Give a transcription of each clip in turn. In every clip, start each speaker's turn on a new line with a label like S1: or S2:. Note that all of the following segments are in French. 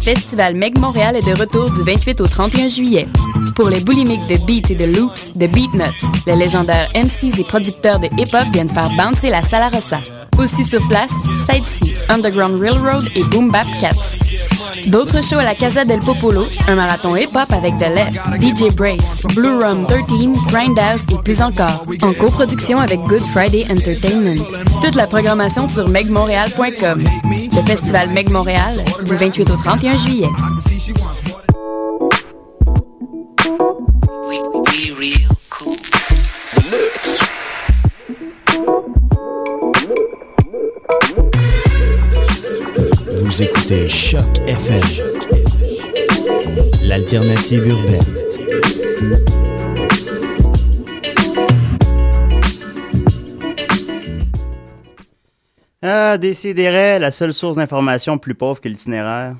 S1: festival Meg Montréal est de retour du 28 au 31 juillet. Pour les boulimiques de Beats et de Loops, de Beatnuts, les légendaires MCs et producteurs de hip-hop viennent faire bouncer la Sala Rossa. Aussi sur place, Sightsee, Underground Railroad et Boom Bap Cats. D'autres shows à la Casa del Popolo, un marathon hip-hop avec The Left, DJ Brace, Blue Rum 13, Grindhouse et plus encore, en coproduction avec Good Friday Entertainment. Toute la programmation sur megmontréal.com. Le festival Meg Montréal, du 28 au 31 juillet.
S2: Vous écoutez Choc FM, l'alternative urbaine.
S3: Ah, décidérez, la seule source d'information plus pauvre que l'itinéraire.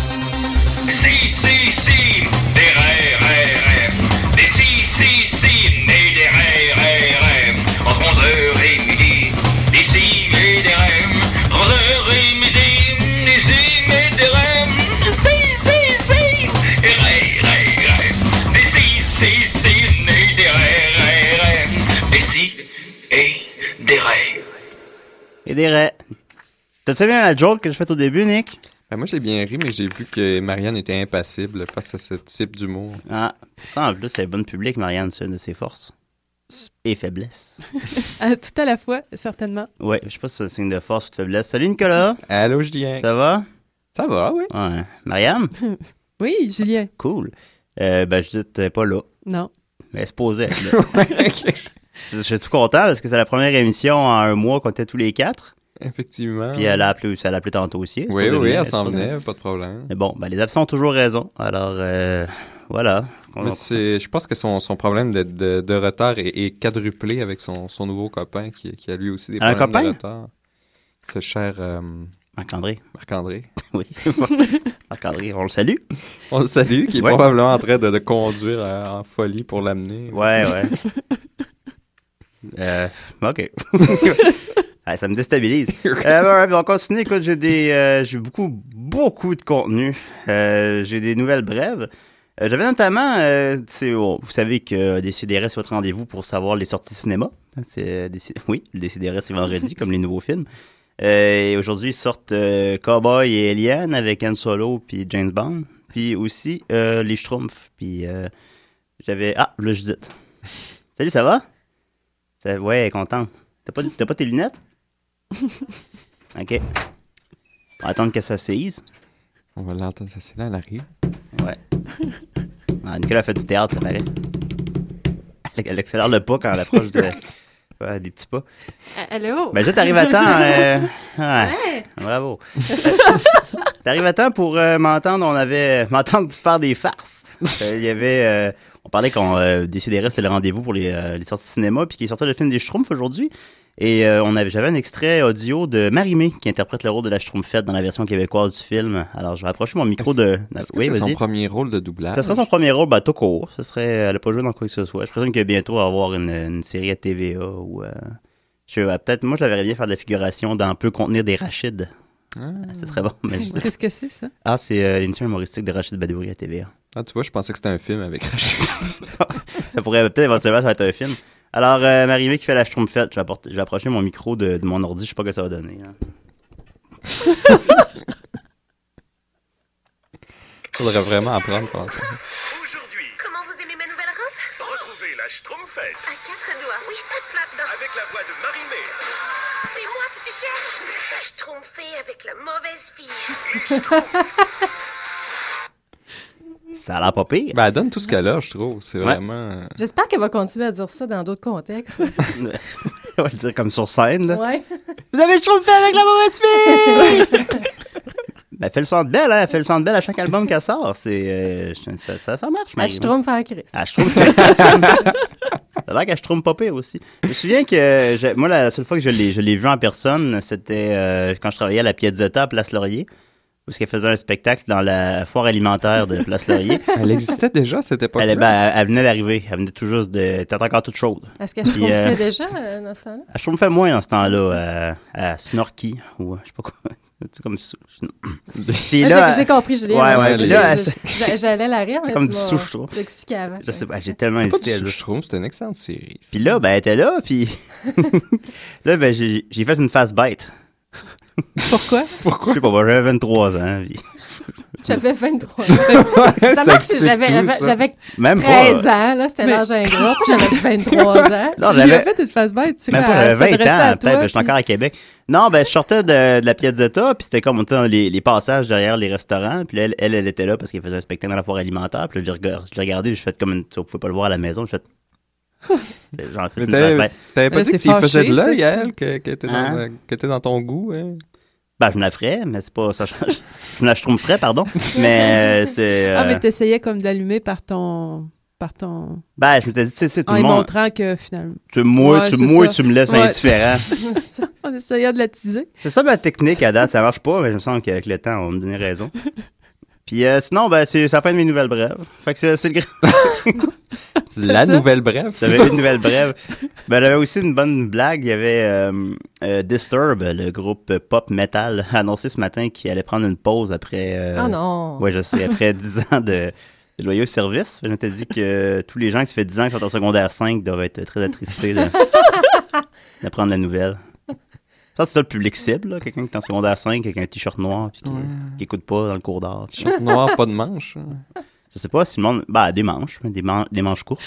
S4: Si, si, si, des rêves, rêves, rêves. Des si, si, si, nés des rêves, rêves, rêves. Entre 11h et midi, des si et des rêves. Entre 11h et midi, des si et des rêves. Si, si, si, des rêves, rêves, rêves. Des si, si, si, nés des rêves, rêves, rêves. Des si et des rêves.
S3: Et des raies. T'as-tu bien la joke que je fais au début, Nick?
S5: Ben, moi, j'ai bien ri, mais j'ai vu que Marianne était impassible face à ce type d'humour.
S3: Ah, pourtant, en plus, elle est bonne public, Marianne, c'est une de ses forces. Et faiblesses.
S6: Ah, tout à la fois, certainement.
S3: Ouais, je sais pas si c'est un signe de force ou de faiblesse. Salut Nicolas,
S5: Allô, Julien.
S3: ça va?
S5: Ça va, oui.
S3: Ouais. Marianne?
S6: Oui, Julien.
S3: Cool. Euh, ben, Judith t'es pas là,
S6: Non.
S3: mais elle se posait. être là. je suis tout content parce que c'est la première émission en un mois qu'on était tous les quatre.
S5: Effectivement.
S6: Ah.
S3: Puis elle a appelé, ça l'a appelé tantôt aussi. c'est
S5: oui,
S3: pas
S5: oui,
S3: devenu-
S5: elle s'en
S3: c'est pas devenu.
S5: venait, pas de problème.
S3: Mais bon, ben, les absents ont toujours raison. Alors, euh, voilà.
S5: Mais c'est- je pense que son, son problème de, de- de retard est, est quadruplé avec son, son nouveau copain qui, qui a lui aussi des
S3: Un
S5: problèmes
S3: copain?
S5: de retard. Ce cher euh,
S3: Marc-André.
S5: Marc-André.
S3: Oui. Marc-André, on le salue.
S5: On le salue, qui est
S3: Ouais.
S5: probablement en train de, de conduire euh, en folie pour l'amener.
S3: Ouais, ouais. euh, OK. Ah, ça me déstabilise. Euh, ouais, ouais, mais on continue. Écoute, j'ai des, euh, j'ai beaucoup, beaucoup de contenu. Euh, j'ai des nouvelles brèves. Euh, J'avais notamment, euh, tu sais, bon, vous savez que euh, Décideret, c'est votre rendez-vous pour savoir les sorties cinéma. C'est, euh, Déci- oui, le Décideret, c'est vendredi, comme les nouveaux films. Euh, et aujourd'hui, ils sortent euh, Cowboy et Alien avec Han Solo puis James Bond. Puis aussi euh, Les Schtroumpfs. Puis euh, j'avais. Ah, là, Judith. Salut, ça va? Ça- Ouais, elle est contente. T'as pas, t'as pas tes lunettes? ok. On va attendre que ça sise.
S5: On va l'entendre, ça c'est là, elle arrive.
S3: Ouais. Ah, Nicolas fait du théâtre, ça paraît. Elle, elle accélère le pas quand elle approche de. Ouais, des petits pas.
S7: Allô?
S3: Ben, je t'arrive à temps. euh, ouais. Bravo. T'arrives à temps pour euh, m'entendre. On avait m'entendre faire des farces. Euh, Il y avait. euh, on parlait qu'on euh, déciderait c'était le rendez-vous pour les, euh, les sorties de cinéma, puis qu'il sortait le film des Schtroumpfs aujourd'hui. Et euh, on avait, j'avais un extrait audio de Marimé qui interprète le rôle de la Schtroumpfette dans la version québécoise du film. Alors je vais approcher mon micro de.
S5: Est-ce que
S3: Oui,
S5: c'est son
S3: vas-y.
S5: premier rôle de doublage?
S3: Ça serait son premier rôle, bah, tout court. Ce serait, elle a pas joué dans quoi que ce soit. Je présume que bientôt, elle va avoir une, une série à TVA ou. euh, je sais pas, peut-être, moi, je la verrais bien faire de la figuration dans Peut contenir des Rachides.
S5: Ah.
S3: Ce serait bon, mais je sais pas.
S6: Qu'est-ce que c'est, ça?
S3: Ah, c'est euh, l'émission humoristique de Rachid Badouri à TVA.
S5: Ah, tu vois, je pensais que c'était un film avec Rachel.
S3: Ça pourrait peut-être éventuellement ça va être un film. Alors, euh, Marie-Mé qui fait la schtroumpfette, je vais, apporter- je vais approcher mon micro de, de mon ordi, je sais pas ce que ça va donner. hein.
S5: faudrait vraiment apprendre, je pense.
S4: Aujourd'hui,
S7: Comment vous aimez ma nouvelle robe?
S4: retrouvez la Schtroumpfette
S7: À quatre doigts. Oui, pas de plat-dedans.
S4: avec la voix de Marie-Mé.
S7: C'est moi que tu cherches. Je trompée avec la mauvaise fille.
S3: Ça a l'air pas pire.
S5: Ben, elle donne tout ce qu'elle a, je trouve. C'est vraiment.
S6: J'espère qu'elle va continuer à dire ça dans d'autres contextes.
S3: On va le dire comme sur scène, là.
S6: ouais.
S3: Vous avez le schtroumpfé avec la mauvaise fille! Ben, elle fait le centre belle, hein? Elle fait le centre belle à chaque album qu'elle sort. C'est, euh, je- ça, ça, ça marche,
S6: Ah,
S3: Marie-Mé.
S6: je trompe faire Chris.
S3: Ah, je trouve que- Ça a l'air qu'elle se trompe pas pire aussi. Je me souviens que je- moi, la seule fois que je l'ai, je l'ai vu en personne, c'était euh, quand je travaillais à la Piazzetta à Place Laurier. où est-ce qu'elle faisait un spectacle dans la foire alimentaire de Place Laurier.
S5: Elle existait déjà à cette
S3: elle,
S5: époque-là.
S3: ben, elle- elle venait d'arriver, elle venait tout juste de... Elle était encore toute chaude.
S6: Est-ce qu'elle se
S3: Puis, euh,
S6: fait déjà euh, dans ce temps-là?
S3: Ah, Je me fais moins dans ce temps-là euh, à, à Snorky ou euh, je sais pas quoi. C'est comme sou- Puis
S6: Ah,
S3: là,
S6: j'ai- J'ai compris, Julien.
S3: Ouais,
S5: ouais,
S6: J'ai-
S5: là,
S6: j'ai- j'ai- J'allais la rire. mais tu
S3: comme du
S6: m'as-
S3: souche, je trouve.
S6: tu l'as expliqué avant.
S3: je sais pas, j'ai tellement
S5: C'est pas
S3: hésité. à
S5: du
S3: dire.
S5: Schtroumpf, c'est une excellente série.
S3: Puis là, ben, elle était là, puis là, ben, j'ai j'ai fait une face bête.
S6: Pourquoi?
S3: Je sais pas, ben, j'avais 23 ans. puis-
S6: J'avais 23 ans. Ça marche,
S5: explique
S6: j'avais
S5: tout,
S6: j'avais-
S5: ça.
S6: j'avais
S3: Même pas. euh,
S6: 13 ans, là, c'était
S8: Mais-
S6: l'âge ingrat, puis j'avais 23 ans.
S3: Non,
S6: Tu
S3: j'avais-
S6: lui as fait une face bête, tu sais,
S3: Même
S6: quoi,
S3: pas,
S6: elle
S3: j'avais 20
S6: s'adressait
S3: ans,
S6: à
S3: peut-être, ben,
S6: toi.
S3: je suis encore à Québec. Non, ben, je sortais de, de la Piazzetta, puis c'était comme on était dans les, les passages derrière les restaurants, puis elle, elle, elle était là parce qu'elle faisait un spectacle dans la foire alimentaire, puis là, je l'ai regard- je l'ai regardé, je fais comme une, tu sais, vous pouvez pas le voir à la maison, je fais. C'est genre, fait
S5: Mais
S3: une face
S5: t'avais
S3: bête.
S5: t'avais pas
S6: Mais
S5: dit que
S6: c'est
S5: tu y faisais de
S6: fâché, ça,
S5: l'œil
S6: c'est
S5: à
S6: pas-
S5: elle, que, que t'es dans,
S3: Hein?
S5: euh, que t'es dans ton goût. hein?
S3: Ben, je me la ferais, mais c'est pas, ça change. je me la chtroumferais, pardon. Mais, euh, c'est,
S8: Ah,
S3: euh,
S8: mais t'essayais comme d'allumer par ton. Par ton...
S3: ben, je me t'ai dit, tu sais, c'est tout
S8: En
S3: le
S8: lui
S3: monde,
S8: montrant que finalement.
S3: tu mouilles,
S8: Ah, Ouais,
S3: tu
S8: c'est
S3: mouilles,
S8: ça.
S3: tu me laisses
S8: Ouais,
S3: indifférent.
S8: On essayait de l'attiser.
S3: C'est ça ma technique à date, ça marche pas, mais je me sens qu'avec le temps, on va me donner raison. Puis euh, sinon, ben, c'est c'est la fin de mes nouvelles brèves. Fait que c'est c'est le grand-
S5: La
S8: ça.
S5: nouvelle brève.
S3: J'avais une nouvelle brève. Ben, j'avais aussi une bonne blague. Il y avait euh, euh, Disturb, le groupe pop metal, a annoncé ce matin qu'il allait prendre une pause après. euh,
S6: Ah non.
S3: Ouais, je sais, après 10 ans de, de loyaux services. Je m'étais dit que tous les gens qui se fait 10 ans qui sont en secondaire 5 doivent être très attristés de- d'apprendre la nouvelle. Ça, c'est ça le public cible, là, quelqu'un qui est en secondaire 5 avec un t-shirt noir puis qui, qui écoute pas dans le cours d'art. puis-
S5: Short noir, pas de manche. hein.
S3: Je sais pas si le monde. Bah, des manches, mais des, man- des manches courtes.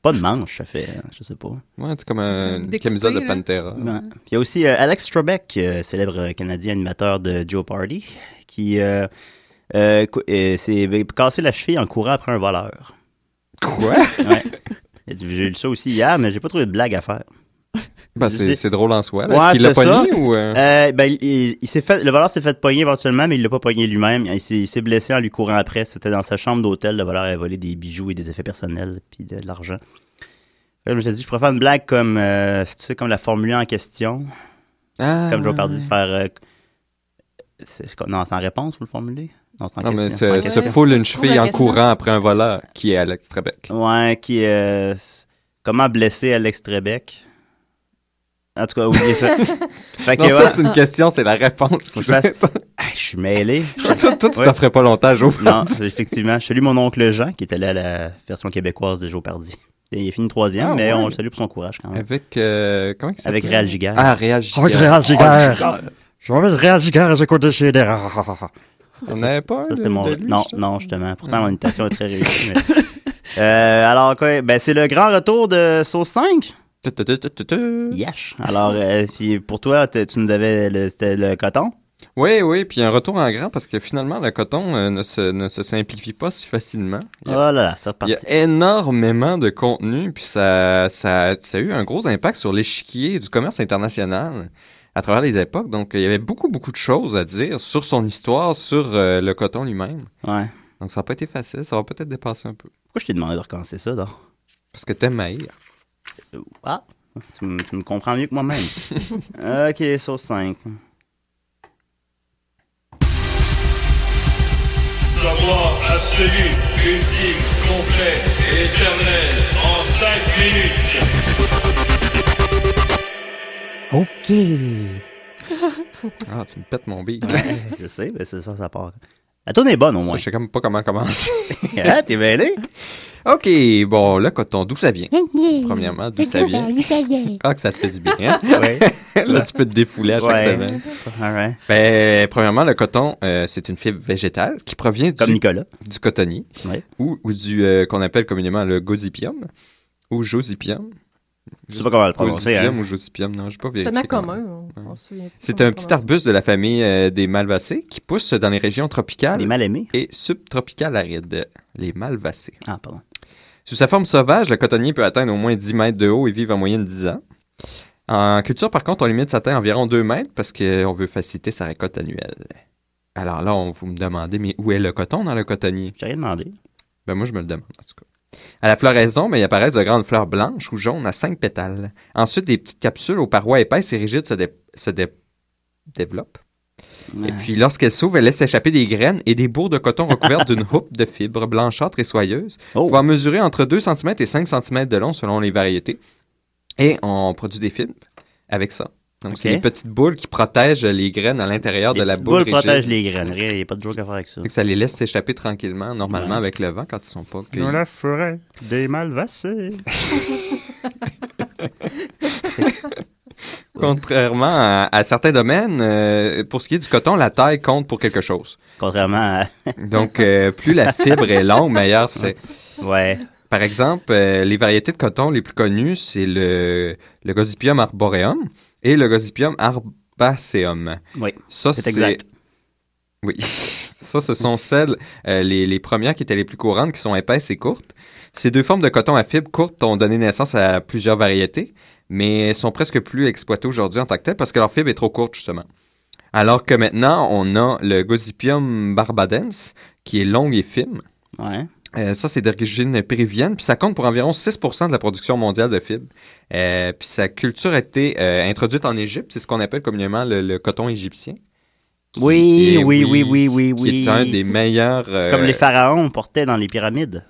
S3: Pas de manches, ça fait. euh, Je sais pas.
S5: Ouais, c'est comme un- une
S8: Découpé,
S5: camisole de
S8: là.
S5: Pantera.
S3: Ouais. Puis il y a aussi euh, Alex Trebek, euh, célèbre Canadien animateur de Joe Party, qui euh, euh, cou- euh, s'est cassé la cheville en courant après un voleur.
S5: Quoi?
S3: Ouais. J'ai lu ça aussi hier, mais j'ai pas trouvé de blague à faire.
S5: Ben,
S3: Je
S5: c'est
S3: sais.
S5: c'est drôle en soi. là.
S3: Ouais,
S5: Est-ce qu'il l'a
S3: c'est
S5: pogné ou... euh,
S3: Euh, ben, il- il, il s'est fait, le voleur s'est fait pogner éventuellement, mais il l'a pas pogné lui-même. Il s'est, il s'est blessé en lui courant après. C'était dans sa chambre d'hôtel. Le voleur avait volé des bijoux et des effets personnels, puis de, de l'argent. Là, je me suis dit, je préfère une blague comme, euh, tu sais, comme la formule en question.
S5: Ah,
S3: Comme Joe Pardy, faire. euh, c'est, c'est quoi- non, c'est en réponse, vous le formulez Non, c'est en
S5: Non, mais
S3: question. en
S5: se, se
S3: question.
S5: foule une cheville
S6: la
S5: en
S6: question.
S5: courant après un voleur, qui est Alex Trebek.
S3: Ouais, qui. euh, s- comment blesser Alex Trebek En tout cas, oubliez ça. Fait que,
S5: Non,
S3: ouais.
S5: ça, c'est une question, c'est la réponse.
S3: Faut que je fasse- Ah, je suis mêlé.
S5: Toi, toi, tu
S3: Ouais.
S5: t'en ferais pas longtemps, Jo.
S3: Non, c'est- effectivement. Je salue mon oncle Jean, qui était là à la version québécoise de Joe Pardy. Et il est fini troisième,
S5: Ah,
S3: mais
S5: ouais.
S3: on le salue pour son courage quand même.
S5: Avec... euh, comment il
S3: Avec
S5: s'appelle?
S3: Réal Giguère.
S5: Ah, Réal Giguère.
S2: Je m'appelle Réal Giguère et j'écoute des CD.
S5: On avait pas
S3: Ça,
S5: un
S3: c'était
S5: de-
S3: mon...
S5: de lui,
S3: non,
S5: je sais.
S3: non, justement. Pourtant, mon imitation est très réussie. mais- Euh, alors, quoi, ben, c'est le grand retour de Sauce 5.
S5: Tu, tu, tu, tu, tu, tu.
S3: Yesh. Alors, euh, puis pour toi, t'es- tu nous avais le, c'était le coton.
S5: Oui, oui, puis un retour en grand parce que finalement, le coton euh, ne, se, ne se simplifie pas si facilement. Il y a
S3: Oh là là, c'est
S5: Il y
S3: reparti.
S5: a énormément de contenu, puis ça, ça, ça a eu un gros impact sur l'échiquier du commerce international à travers les époques. Donc, il y avait beaucoup, beaucoup de choses à dire sur son histoire, sur euh, le coton lui-même.
S3: Ouais.
S5: Donc, ça n'a pas été facile. Ça va peut-être dépasser un peu.
S3: Pourquoi je t'ai demandé de recommencer ça, donc?
S5: Parce que t'aimes haïr.
S3: Ah, tu me, tu me comprends mieux que moi-même. ok, sauce 5.
S4: Savoir absolu, ultime, complet, éternel, en 5 minutes.
S2: OK.
S5: Ah, tu me pètes mon bille.
S3: je sais, mais c'est ça, ça part. La tourne est bonne au moins.
S5: Je sais comme pas comment commencer.
S3: ah, t'es mêlé?
S5: OK, bon, le coton, d'où ça vient? Premièrement, d'où ça vient? Ah, que ça te fait du bien. hein?
S3: Oui.
S5: Là, tu peux te défouler à chaque
S3: Ouais.
S5: semaine.
S3: Alright.
S5: Ben, premièrement, le coton, euh, c'est une fibre végétale qui provient
S3: Comme
S5: du
S3: Nicolas.
S5: du cotonnier
S3: Ouais.
S5: ou, ou du euh, qu'on appelle communément le gosipium ou josipium.
S3: Je sais pas comment le prononcer.
S5: Gosipium
S3: Hein.
S5: ou josipium, non, j'ai pas
S6: C'est
S5: vérifié.
S6: tellement
S5: quand
S6: commun,
S5: même.
S6: on, on se souvient. plus
S5: C'est
S6: comment
S5: un
S6: on
S5: petit
S6: prononce.
S5: arbuste de la famille euh, des malvacées qui pousse dans les régions
S3: Il est
S5: tropicales
S3: mal aimé.
S5: et subtropicales arides, les malvacées.
S3: Ah, pardon.
S5: Sous sa forme sauvage, le cotonnier peut atteindre au moins 10 mètres de haut et vivre en moyenne 10 ans. En culture, par contre, on limite sa taille à environ 2 mètres parce qu'on veut faciliter sa récolte annuelle. Alors là, on vous me demandez, mais où est le coton dans le cotonnier?
S3: J'ai rien demandé.
S5: Ben moi, je me le demande, en tout cas. À la floraison, ben, il apparaissent de grandes fleurs blanches ou jaunes à cinq pétales. Ensuite, des petites capsules aux parois épaisses et rigides se, dé- se dé- développent. Et puis, lorsqu'elle s'ouvre, elle laisse échapper des graines et des bourres de coton recouvertes d'une houppe de fibres blanchâtres et soyeuses.
S3: Oh.
S5: On va mesurer entre 2 cm et 5 cm de long selon les variétés. Et on produit des fibres avec ça. Donc, c'est
S3: Ok.
S5: des petites boules qui protègent les graines à l'intérieur
S3: Les
S5: de la
S3: petites
S5: boule.
S3: boules
S5: rigide.
S3: protègent les graines. Il n'y a pas de joke à faire avec ça.
S5: Fait que ça les laisse s'échapper tranquillement, normalement,
S3: Ouais.
S5: avec le vent, quand ils sont pas cueillis.
S2: Dans la forêt des malvacés.
S5: Contrairement à, à certains domaines, euh, pour ce qui est du coton, la taille compte pour quelque chose.
S3: Contrairement à.
S5: Donc, euh, plus la fibre est longue, meilleur c'est.
S3: Ouais.
S5: Par exemple, euh, les variétés de coton les plus connues, c'est le, le Gossypium arboreum et le Gossypium arbaceum.
S3: Oui.
S5: Ça,
S3: C'est exact.
S5: Oui. Ça, ce sont celles, euh, les, les premières qui étaient les plus courantes, qui sont épaisses et courtes. Ces deux formes de coton à fibres courtes ont donné naissance à plusieurs variétés, mais elles sont presque plus exploitées aujourd'hui en tant que telles parce que leur fibre est trop courte, justement. Alors que maintenant, on a le Gossypium barbadens, qui est long et fine.
S3: Ouais.
S5: Euh, ça, c'est d'origine péruvienne, puis ça compte pour environ 6 de la production mondiale de fibres. Euh, puis sa culture a été euh, introduite en Égypte, c'est ce qu'on appelle communément le, le coton égyptien,
S3: Oui,
S5: est-
S3: oui, oui,
S5: oui,
S3: oui, oui,
S5: qui
S3: oui.
S5: est un des meilleurs... euh,
S3: Comme les pharaons portaient dans les pyramides.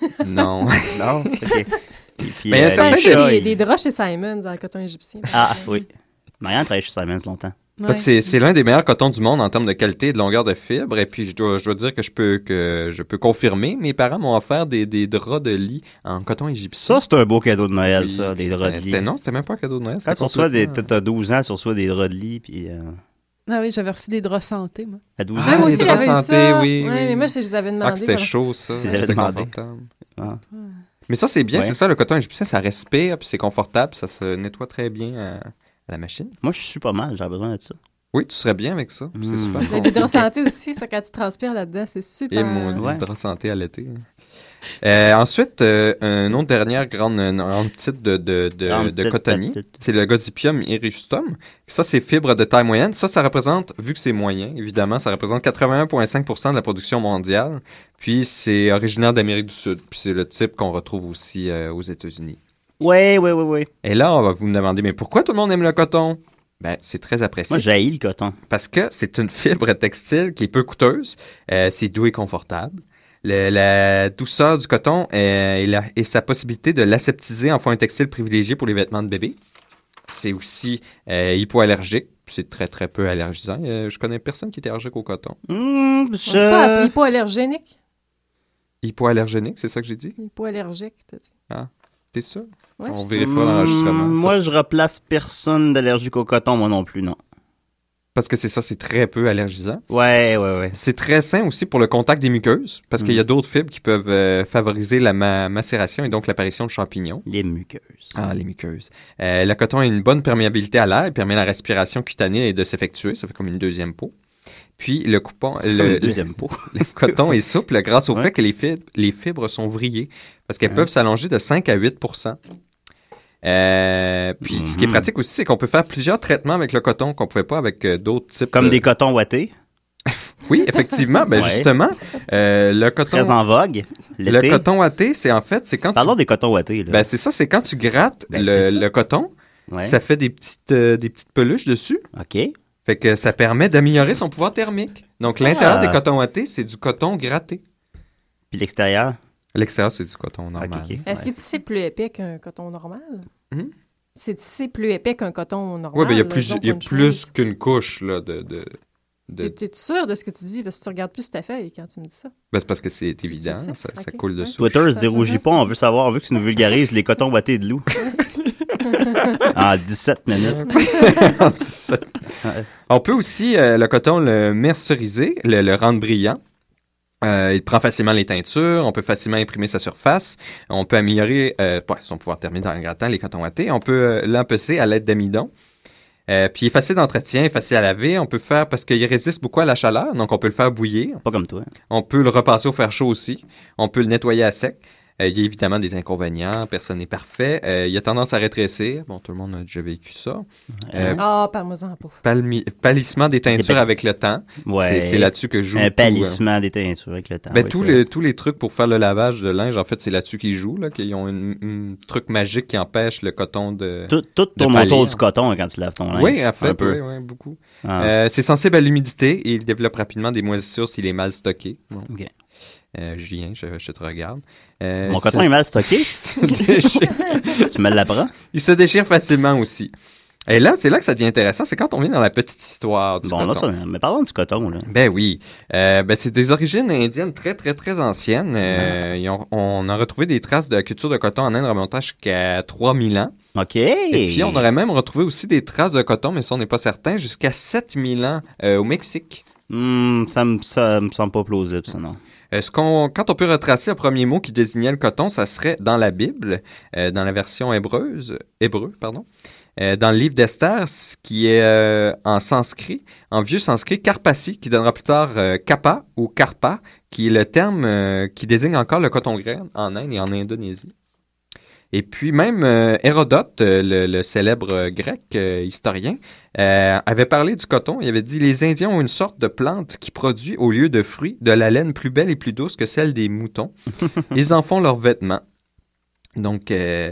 S5: Non.
S3: Non. OK. Et puis,
S5: Mais il y a
S3: euh,
S5: certains
S3: les
S5: chez-
S3: chats,
S6: Des,
S3: ils-
S6: des draps chez Simons dans le coton égyptien.
S3: Ah, oui. Marianne travaillait chez Simons longtemps.
S5: Fait que c'est- c'est l'un des meilleurs cotons du monde en termes de qualité et de longueur de fibre. Et puis, je dois, je dois dire que je peux, que je peux confirmer, mes parents m'ont offert des, des draps de lit en coton égyptien.
S3: Ça, c'est un beau cadeau de Noël,
S5: Puis,
S3: ça, des draps de
S5: Euh,
S3: lit.
S5: C'était Non, c'était même pas hein. un cadeau de Noël.
S3: Quand
S5: c'était
S3: tu reçois des.
S5: complètement-
S3: T'as 12 ans, tu reçois des draps de lit, puis. euh,
S8: Ah oui, j'avais reçu des draps santé, moi.
S3: À 12
S5: Ah,
S3: ans,
S6: moi
S5: les
S6: aussi,
S5: draps
S6: j'avais eu
S5: santé,
S6: ça.
S5: oui,
S6: Ouais,
S5: oui.
S6: mais moi, je je les avais
S5: Ah,
S6: demandé.
S5: que c'était
S6: quand-
S5: chaud, ça.
S3: Tu l'avais
S5: C'était
S3: demandé.
S5: confortable.
S3: Ah.
S5: Mais ça, c'est bien,
S3: Ouais.
S5: c'est ça, le coton égyptien, ça respire, puis c'est confortable, ça se nettoie très bien à, à la machine.
S3: moi, je suis pas mal, j'aurais besoin de ça.
S5: Oui, tu serais bien avec ça, puis c'est
S3: Mm.
S5: super.
S6: Mais des draps santé aussi, ça, quand tu transpires là-dedans, c'est super.
S5: Et mon dieu,
S3: Euh, Ouais.
S5: drap santé à l'été. Euh, ensuite, euh, une autre dernière grande, une grande petite de, de, de,
S3: Grande
S5: de
S3: petite,
S5: cotonnier,
S3: petite.
S5: c'est le Gossypium irustum. Ça, c'est fibre de taille moyenne. Ça, ça représente, vu que c'est moyen, évidemment, ça représente 81,5 de la production mondiale. Puis, c'est originaire d'Amérique du Sud. Puis, c'est le type qu'on retrouve aussi euh, aux États-Unis.
S3: Ouais, ouais, ouais, ouais.
S5: Et là, on va vous me demander, mais pourquoi tout le monde aime le coton? Ben, c'est très apprécié
S3: Moi, j'haïs le coton.
S5: parce que c'est une fibre textile qui est peu coûteuse, euh, c'est doux et confortable. Le- la douceur du coton euh, et, la- et sa possibilité de l'aseptiser en font un textile privilégié pour les vêtements de bébé. C'est aussi euh, hypoallergique, c'est très très peu allergisant. Euh, je connais personne qui est allergique au coton.
S3: Hum,
S6: On dit pas
S3: je.
S6: hypoallergénique?
S5: Hypoallergénique, c'est ça que j'ai dit?
S6: Hypoallergique, t'as dit.
S5: T'es sûr?
S6: Ouais,
S5: On
S6: je-
S5: vérifie pas l'enregistrement.
S3: Hum,
S5: Ça,
S3: Moi,
S5: c'est-
S3: je replace personne d'allergique au coton, moi non plus, non.
S5: Parce que c'est ça, c'est très peu allergisant.
S3: Ouais, ouais, ouais.
S5: C'est très sain aussi pour le contact des muqueuses, parce qu'il y a d'autres fibres qui peuvent euh, favoriser la ma- macération et donc l'apparition de champignons.
S3: Les muqueuses.
S5: Ah, les muqueuses. Euh, le coton a une bonne perméabilité à l'air, il permet la respiration cutanée de s'effectuer, ça fait comme une deuxième peau. Puis le, coupon,
S3: Comme
S5: le,
S3: le deuxième pot.
S5: le coton est souple grâce au
S3: Ouais.
S5: fait que les fibres, les fibres sont vrillées, parce qu'elles
S3: Ouais.
S5: peuvent s'allonger de 5 à 8 Euh, puis ce qui est
S3: Mhm.
S5: pratique aussi, c'est qu'on peut faire plusieurs traitements avec le coton qu'on pouvait pas avec euh, d'autres types.
S3: Comme
S5: euh,
S3: des cotons ouatés,
S5: Oui, effectivement, ben
S3: Ouais.
S5: justement, euh, le
S3: très
S5: coton,
S3: en vogue.
S5: le
S3: L'été.
S5: coton athée, c'est en fait, c'est quand tu-
S3: Parlons des cotons ouatés, là.
S5: ben, c'est ça, c'est quand tu grattes
S3: Ben,
S5: le,
S3: c'est ça.
S5: le coton,
S3: ouais.
S5: ça fait des petites euh, des petites peluches dessus.
S3: OK.
S5: Fait que ça permet d'améliorer son pouvoir thermique. Donc, l'intérieur
S3: Ah.
S5: des cotons ouatés, c'est du coton gratté.
S3: Puis l'extérieur. Ah,
S5: L'extérieur, c'est du coton
S3: OK,
S5: normal.
S3: OK.
S6: Est-ce
S3: Ouais.
S6: que c'est plus épais qu'un coton normal?
S5: Hum?
S6: C'est tissé plus épais qu'un coton normal.
S5: Oui, mais ben, il y a
S6: là,
S5: plus,
S6: donc
S5: il y a
S6: une
S5: plus
S6: chemise.
S5: qu'une couche, là, de... de, de-
S6: T'es- T'es sûr de ce que tu dis? Parce que tu regardes plus ta feuille quand tu me dis ça.
S5: Ben, c'est parce que c'est
S6: Tu- tu
S5: évident,
S6: sais?
S5: ça, ça
S6: Ok,
S5: coule
S6: ouais.
S5: dessus.
S3: Twitter se dérougit pas, on veut savoir, on veut que tu nous vulgarises les cotons ouatés de loup. en 17 minutes. Ouais.
S5: On peut aussi, euh, le coton, le merceriser, le, le rendre brillant. Euh, il prend facilement les teintures, on peut facilement imprimer sa surface, on peut améliorer euh, ouais, son pouvoir thermique dans le grattant, les cotons ouatés, on peut euh, l'empesser à l'aide d'amidon. Euh, puis il est facile d'entretien, facile à laver, on peut faire parce qu'il résiste beaucoup à la chaleur, donc on peut le faire bouillir,
S3: Pas comme toi.
S5: on peut le repasser au fer chaud aussi, on peut le nettoyer à sec. Euh, il y a évidemment des inconvénients, personne n'est parfait. Euh, il y a tendance à rétrécir. Bon, tout le monde a déjà vécu ça. Euh,
S6: Ah, parle-moi-en pas.
S5: palmi- pâlissement des
S3: C'est
S5: teintures
S3: pas-
S5: avec le temps.
S3: Ouais.
S5: C'est- C'est là-dessus que joue.
S3: Un
S5: tout,
S3: palissement des teintures avec le temps.
S5: euh, ben,
S3: ouais,
S5: tous,
S3: c'est
S5: les, tous les trucs pour faire le lavage de linge, en fait, c'est là-dessus qu'ils jouent. Là, qu'ils ont un truc magique qui empêche le coton de.
S3: Tout, tout
S5: de
S3: tourne autour
S5: pâlir.
S3: du coton quand tu laves ton linge.
S5: Oui, en fait,
S3: un peu.
S5: oui, oui, beaucoup.
S3: Ah.
S5: Euh, c'est sensible à l'humidité et il développe rapidement des moisissures s'il est mal stocké. Bon.
S3: Ok.
S5: Euh, Julien, je, je te regarde. Euh,
S3: Mon
S5: ça-
S3: coton est mal stocké.
S5: se déchire-
S3: tu me l'apprends.
S5: il se déchire facilement aussi. Et là, c'est là que ça devient intéressant, c'est quand on vient dans la petite histoire du
S3: Bon, là,
S5: coton.
S3: ça, mais parlons du coton, là.
S5: Ben oui. Euh, ben c'est des origines indiennes très, très, très anciennes. Euh, ils ont- on a retrouvé des traces de la culture de coton en Inde remontant jusqu'à 3000 ans.
S3: OK.
S5: Et puis, on aurait même retrouvé aussi des traces de coton, mais ça, on n'est pas certain, jusqu'à 7000 ans euh, au Mexique.
S3: Hmm, ça, me, ça me semble pas plausible, ça, non.
S5: Euh, ce qu'on, quand on peut retracer le premier mot qui désignait le coton, ça serait dans la Bible, euh, dans la version hébreuse, hébreu, pardon, euh, dans le livre d'Esther, ce qui est euh, en sanskrit, en vieux sanskrit, karpasi, qui donnera plus tard euh, kappa ou karpa, qui est le terme euh, qui désigne encore le coton-graine en Inde et en Indonésie. Et puis même euh, Hérodote, euh, le, le célèbre euh, grec euh, historien, euh, avait parlé du coton. Il avait dit les Indiens ont une sorte de plante qui produit au lieu de fruits de la laine plus belle et plus douce que celle des moutons. Ils en font leurs vêtements. Donc, euh,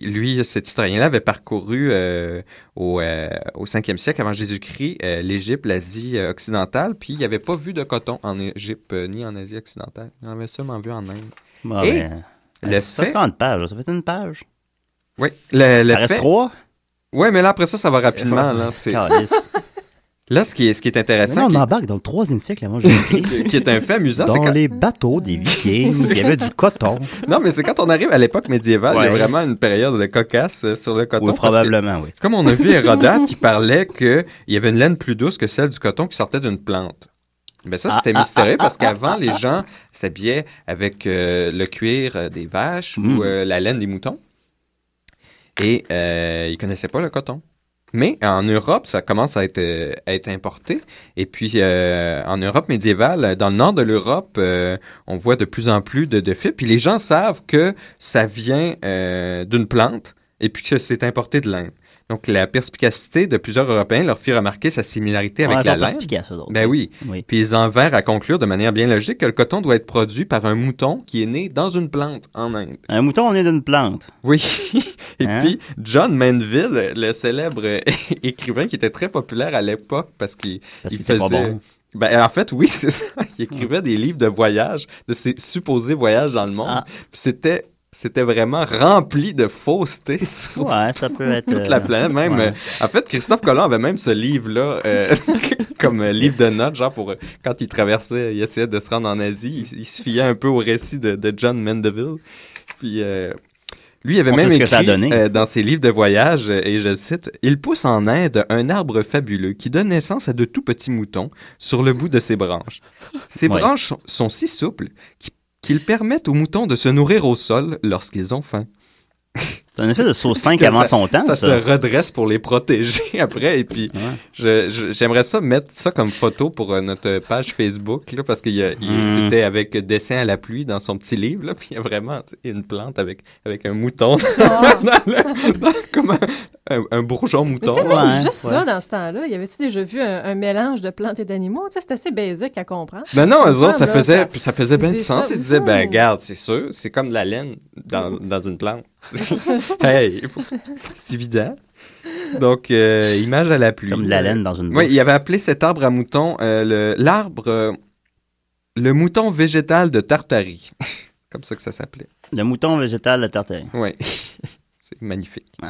S5: lui, cet historien-là avait parcouru euh, au, euh, au 5e siècle avant Jésus-Christ euh, l'Égypte, l'Asie euh, occidentale, puis il n'avait pas vu de coton en Égypte euh, ni en Asie occidentale. Il en avait seulement vu en Inde.
S3: Bon,
S5: Et
S3: ben,
S5: le
S3: ça fait
S5: fait-
S3: combien de pages? là? Ça fait une page?
S5: Oui, le, le
S3: Ça reste
S5: fait-
S3: trois?
S5: Ouais, mais là, après ça, ça va rapidement. Là, c'est-
S3: Calice.
S5: là ce, qui est, ce qui est
S3: Mais
S5: intéressant,
S3: non, on
S5: qui-
S3: embarque dans le troisième siècle avant Jésus-Christ.
S5: qui, est un fait amusant, c'est
S3: Dans
S5: que
S3: les bateaux des Vikings, il y avait du coton.
S5: Non, mais c'est quand on arrive à l'époque médiévale, il y a
S3: Ouais.
S5: vraiment une période de cocasse euh, sur le coton.
S3: Oui,
S5: parce que-
S3: probablement, oui.
S5: comme on a vu Hérodote qui parlait qu'il y avait une laine plus douce que celle du coton qui sortait d'une plante. Ben
S3: Ah,
S5: ça, c'était mystérieux parce qu'avant, les gens s'habillaient avec euh, le cuir euh, des vaches
S3: Mm.
S5: ou euh, la laine des moutons. Et euh, ils connaissaient pas le coton. Mais en Europe, ça commence à être, euh, à être importé. Et puis, euh, en Europe médiévale, dans le nord de l'Europe, euh, on voit de plus en plus de, de fibres. Puis les gens savent que ça vient euh, d'une plante et puis que c'est importé de l'Inde. Donc, la perspicacité de plusieurs Européens leur fit remarquer sa similarité avec
S3: Ouais,
S5: la
S3: ils sont
S5: laine.
S3: perspicaces, eux autres.
S5: Ben oui.
S3: Oui.
S5: Puis ils en vinrent à conclure de manière bien logique que le coton doit être produit par un mouton qui est né dans une plante en Inde.
S3: Un mouton, on est d'une plante.
S5: Oui. Et
S3: Hein?
S5: puis, John Manville, le célèbre euh, écrivain qui était très populaire à l'époque parce qu'il
S3: Parce
S5: il
S3: qu'il était pas
S5: faisait-
S3: bon.
S5: Ben, en fait, oui, c'est ça. Il écrivait des livres de voyage, de ses supposés voyages dans le monde.
S3: Ah.
S5: Puis C'était, c'était vraiment rempli de faussetés sur
S3: Ouais, ça peut être...
S5: toute la
S3: euh,
S5: planète. Même,
S3: ouais.
S5: euh, en fait, Christophe Colomb avait même ce livre-là euh, comme euh, livre de notes, genre pour euh, quand il traversait, il essayait de se rendre en Asie, il, il se fiait un peu au récit de, de John Mandeville. Puis euh, lui avait
S3: On
S5: même
S3: sait ce
S5: écrit
S3: que ça a donné.
S5: euh, dans ses livres de voyage, euh, et je le cite, Il pousse en Inde un arbre fabuleux qui donne naissance à de tout petits moutons sur le bout de ses branches. Ces
S3: Ouais.
S5: branches sont, sont si souples qui- qu'ils permettent aux moutons de se nourrir au sol lorsqu'ils ont faim.
S3: C'est un espèce de sauce 5
S5: que
S3: avant son temps,
S5: Ça,
S3: ça.
S5: se redresse pour les protéger après. Et puis,
S3: Ouais.
S5: je- je- j'aimerais ça mettre ça comme photo pour euh, notre page Facebook, là, parce que
S3: Hmm.
S5: c'était avec dessin à la pluie dans son petit livre. Là, puis il y a vraiment tu sais, une plante avec, avec un mouton, dans le- dans- comme un, un- un bourgeon
S6: Ah. Mais tu
S5: mouton.
S6: sais, même
S3: Ouais,
S6: juste
S3: hein? ouais.
S6: ça, dans ce temps-là, y avait-tu déjà vu un, un mélange de plantes et d'animaux? Tu sais, c'est assez basique à comprendre.
S5: Ben non,
S6: Ça
S5: eux autres, ça
S6: ressemble, là,
S5: faisait,
S6: ça-
S5: puis ça faisait bien
S6: ils
S5: du
S6: disent
S5: sens.
S6: ça.
S5: Ils disaient, ben
S6: Hmm.
S5: regarde, c'est sûr, c'est comme de la laine dans, dans une plante. hey, c'est évident. Donc, euh, image à la pluie.
S3: Comme de la laine dans une
S5: Oui,
S3: bouche.
S5: il avait appelé cet arbre à mouton euh, le- l'arbre euh, le mouton végétal de Tartarie. Comme ça que ça s'appelait.
S3: Le mouton végétal, la tartare.
S5: Oui. C'est magnifique.
S3: Ouais.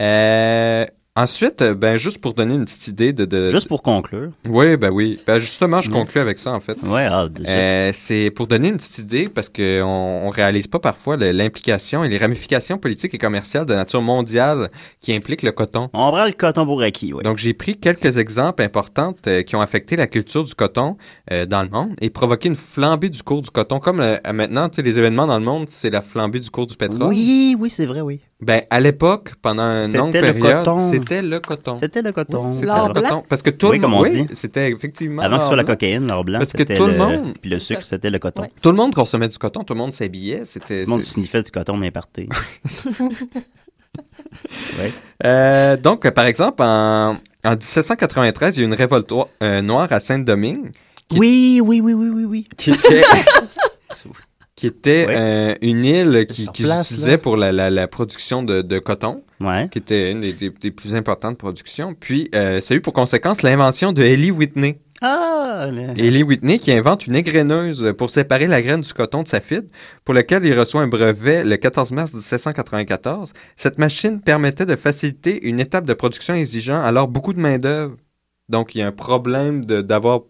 S5: Euh, ensuite, euh, ben juste pour donner une petite idée de. de
S3: Juste pour conclure.
S5: Oui, ben oui. Ben justement, je conclue avec ça en fait.
S3: Ouais, ah, de-
S5: Euh, c'est pour donner une petite idée, parce qu'on on réalise pas parfois le- l'implication et les ramifications politiques et commerciales de nature mondiale qui impliquent le coton.
S3: On prend le coton pour acquis, oui.
S5: Donc, j'ai pris quelques exemples importants euh, qui ont affecté la culture du coton euh, dans le monde et provoqué une flambée du cours du coton. Comme euh, maintenant, tu sais, les événements dans le monde, c'est la flambée du cours du pétrole.
S3: Oui, oui, c'est vrai, oui.
S5: Ben, à l'époque, pendant une longue
S3: C'était le
S5: période,
S3: coton.
S5: c'était le coton.
S3: C'était le coton.
S5: Oui, C'était
S6: L'or
S5: le
S6: blanc.
S5: coton. Parce que tout
S3: Oui,
S5: le
S3: comme
S5: monde.
S3: on
S5: oui,
S3: dit.
S5: c'était effectivement.
S3: Avant que ce soit la
S5: l'or blanc.
S3: cocaïne, l'or blanc,
S5: Parce que
S3: c'était
S5: tout le
S3: le,
S5: monde-
S3: puis le sucre, c'était le coton.
S6: Ouais.
S5: Tout le monde consommait du coton, tout le monde s'habillait. C'était.
S3: Tout le monde
S5: c'est-
S3: sniffait du coton n'importe ouais.
S5: Euh, donc, euh, par exemple, en, en 1793, il y a eu une révolte oi- euh, noire à Saint-Domingue
S3: Oui, oui, oui, oui, oui, oui.
S5: qui était, qui était euh, une île qui,
S3: Sur
S5: qui
S3: place,
S5: utilisait pour la, la- la production de, de coton,
S3: Ouais.
S5: qui était une des, des- des plus importantes productions. Puis, euh, ça a eu pour conséquence l'invention de Ellie Whitney.
S3: Ah, le-
S5: Ellie Whitney qui invente une égreneuse pour séparer la graine du coton de sa fibre, pour lequel il reçoit un brevet le 14 mars 1794. Cette machine permettait de faciliter une étape de production exigeant alors beaucoup de main-d'œuvre. Donc, il y a un problème de- d'avoir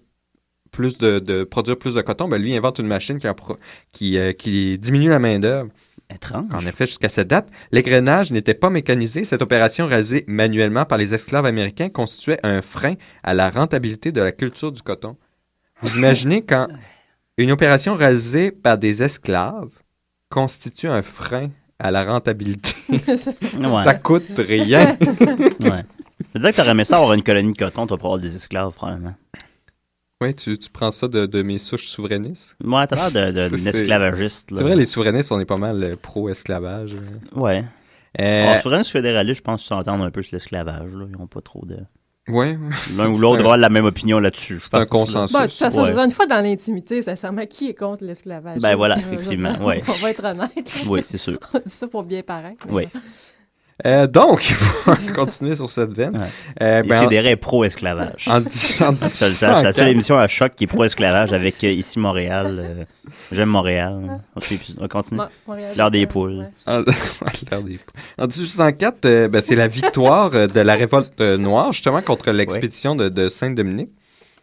S5: plus de, de produire plus de coton. Ben, lui, il invente une machine qui, en pro- qui, euh, qui diminue la main-d'œuvre.
S3: étrange.
S5: En effet, jusqu'à cette date, l'égrenage n'était pas mécanisé. Cette opération réalisée manuellement par les esclaves américains constituait un frein à la rentabilité de la culture du coton. Vous imaginez quand une opération réalisée par des esclaves constitue un frein à la rentabilité.
S3: Ouais.
S5: Ça coûte rien.
S3: ouais. Je disais que t'aurais aimé ça avoir une colonie de coton, toi, pour avoir des esclaves, probablement.
S5: oui, tu, tu prends ça de, de mes souches souverainistes.
S3: Ouais, t'as l'air de- de-
S5: C'est-
S3: d'un esclavagiste. là.
S5: C'est vrai, les souverainistes, on est pas mal euh, pro-esclavage. Euh,
S3: Ouais. Ah, Alors, souvent, les fédéralistes, je pense qu'ils s'entendent un peu sur l'esclavage. là. Ils n'ont pas trop de.
S5: ouais,
S3: L'un ou
S5: C'est un-
S3: l'autre doit avoir la même opinion là-dessus. je
S5: c'est un
S3: pense.
S5: consensus.
S6: Bon, de toute façon,
S3: Ouais.
S6: je veux dire, une fois dans l'intimité, sincèrement, qui est contre l'esclavage?
S3: Ben voilà,
S6: Je veux dire,
S3: effectivement, ouais.
S6: On va être honnête.
S3: Oui, c'est sûr.
S6: On dit ça pour bien paraître.
S3: Oui.
S5: Eh Euh, donc, pour continuer sur cette veine.
S3: Ouais.
S5: euh, ben,
S3: C'est des raies pro-esclavage.
S5: En, dix- en
S3: Ça, le sache, la
S5: 1804,
S3: seule émission à choc qui est pro-esclavage avec euh, Ici Montréal. euh, J'aime Montréal. On fait- on continue.
S6: Bon, on réagit.
S3: L'heure des
S8: euh,
S6: Ouais.
S3: poules.
S5: en- l'heure des poules. En 1804, euh, ben, c'est la victoire euh, de la révolte euh, noire, justement, contre l'expédition de, de Saint-Dominique.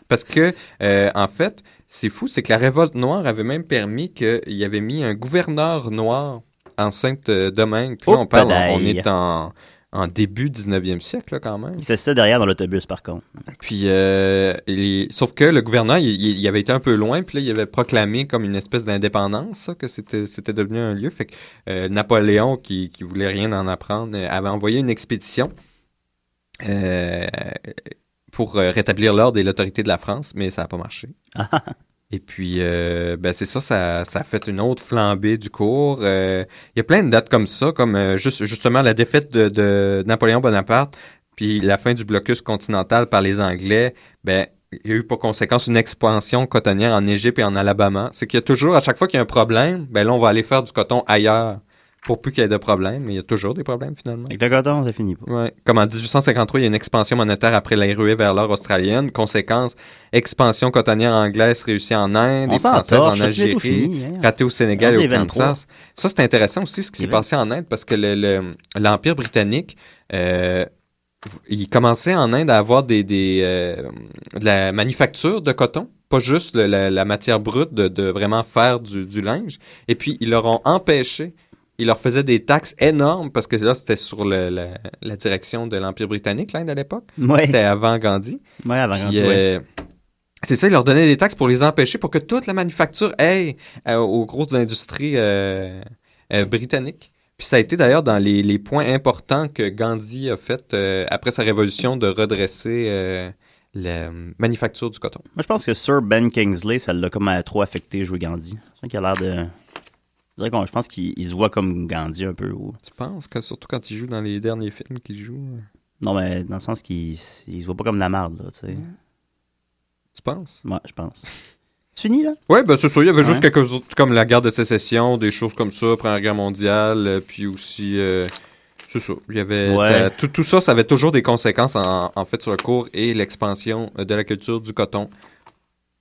S5: Parce que, euh, en fait, c'est fou, c'est que la révolte noire avait même permis qu'il y avait mis un gouverneur noir en Saint-Domingue. Puis là, on parle, on
S3: Oupadaï.
S5: est en, en début 19e siècle, là, quand même.
S3: Il s'assied derrière dans l'autobus, par contre.
S5: Puis, euh, il- sauf que le gouverneur, il, il- il avait été un peu loin, puis là, il avait proclamé comme une espèce d'indépendance, ça, que c'était c'était devenu un lieu. Fait que euh, Napoléon, qui, qui voulait rien en apprendre, euh, avait envoyé une expédition euh, pour euh, rétablir l'ordre et l'autorité de la France, mais ça n'a pas marché. Et puis, euh, ben c'est ça, ça, ça a fait une autre flambée du cours. Euh, Il y a plein de dates comme ça, comme euh, juste, justement la défaite de, de Napoléon Bonaparte, puis la fin du blocus continental par les Anglais. Ben, il y a eu pour conséquence une expansion cotonnière en Égypte et en Alabama. C'est qu'il y a toujours, à chaque fois qu'il y a un problème, ben là, on va aller faire du coton ailleurs pour plus qu'il y ait de problèmes, mais il y a toujours des problèmes finalement.
S3: Avec le coton, ça finit pas.
S5: Ouais. Comme en 1853, il y a une expansion monétaire après les ruées E vers l'or australienne. Conséquence, expansion cotonnière anglaise réussie en Inde,
S3: On
S5: et
S3: s'en
S5: française
S3: torche,
S5: en
S3: c'est tout
S5: Algérie,
S3: fini. hein.
S5: ratée au Sénégal
S3: On
S5: et
S3: est
S5: au
S3: 23.
S5: Kansas. Ça, c'est intéressant aussi ce qui
S3: C'est
S5: s'est
S3: vrai.
S5: passé en Inde parce que le- le- l'Empire britannique, euh, il commençait en Inde à avoir des, des, euh, de la manufacture de coton, pas juste le- la, la matière brute de, de vraiment faire du, du linge. Et puis, ils leur ont empêché, ils leur faisaient des taxes énormes parce que là, c'était sur le- la, la direction de l'Empire britannique, l'Inde à l'époque.
S3: Ouais.
S5: C'était avant Gandhi.
S3: Ouais, avant
S5: Puis,
S3: Gandhi, ouais.
S5: euh, C'est ça, ils leur donnaient des taxes pour les empêcher, pour que toute la manufacture aille euh, aux grosses industries euh, euh, britanniques. Puis ça a été d'ailleurs dans les, les points importants que Gandhi a fait euh, après sa révolution de redresser euh, la euh, manufacture du coton.
S3: Moi, je pense que Sir Ben Kingsley, ça l'a comme euh, trop affecté jouer Gandhi. C'est ça qu'il a l'air de. Je dirais qu'on- je pense qu'il il se voit comme Gandhi un peu. ou-
S5: Tu penses que surtout quand il joue dans les derniers films qu'il joue, euh,
S3: Non, mais dans le sens qu'il s- il se voit pas comme de la marde, là, tu sais.
S5: Mm. tu penses?
S3: Ouais, je pense. Tu finis, là?
S5: Oui, ben c'est sûr, il y avait juste
S3: Ouais.
S5: quelques autres comme la guerre de sécession, des choses comme ça, Première Guerre mondiale, euh, puis aussi euh, c'est ça. Il y avait
S3: Ouais.
S5: ça- tout, tout ça, ça avait toujours des conséquences en, en fait sur le cours et l'expansion euh, de la culture du coton.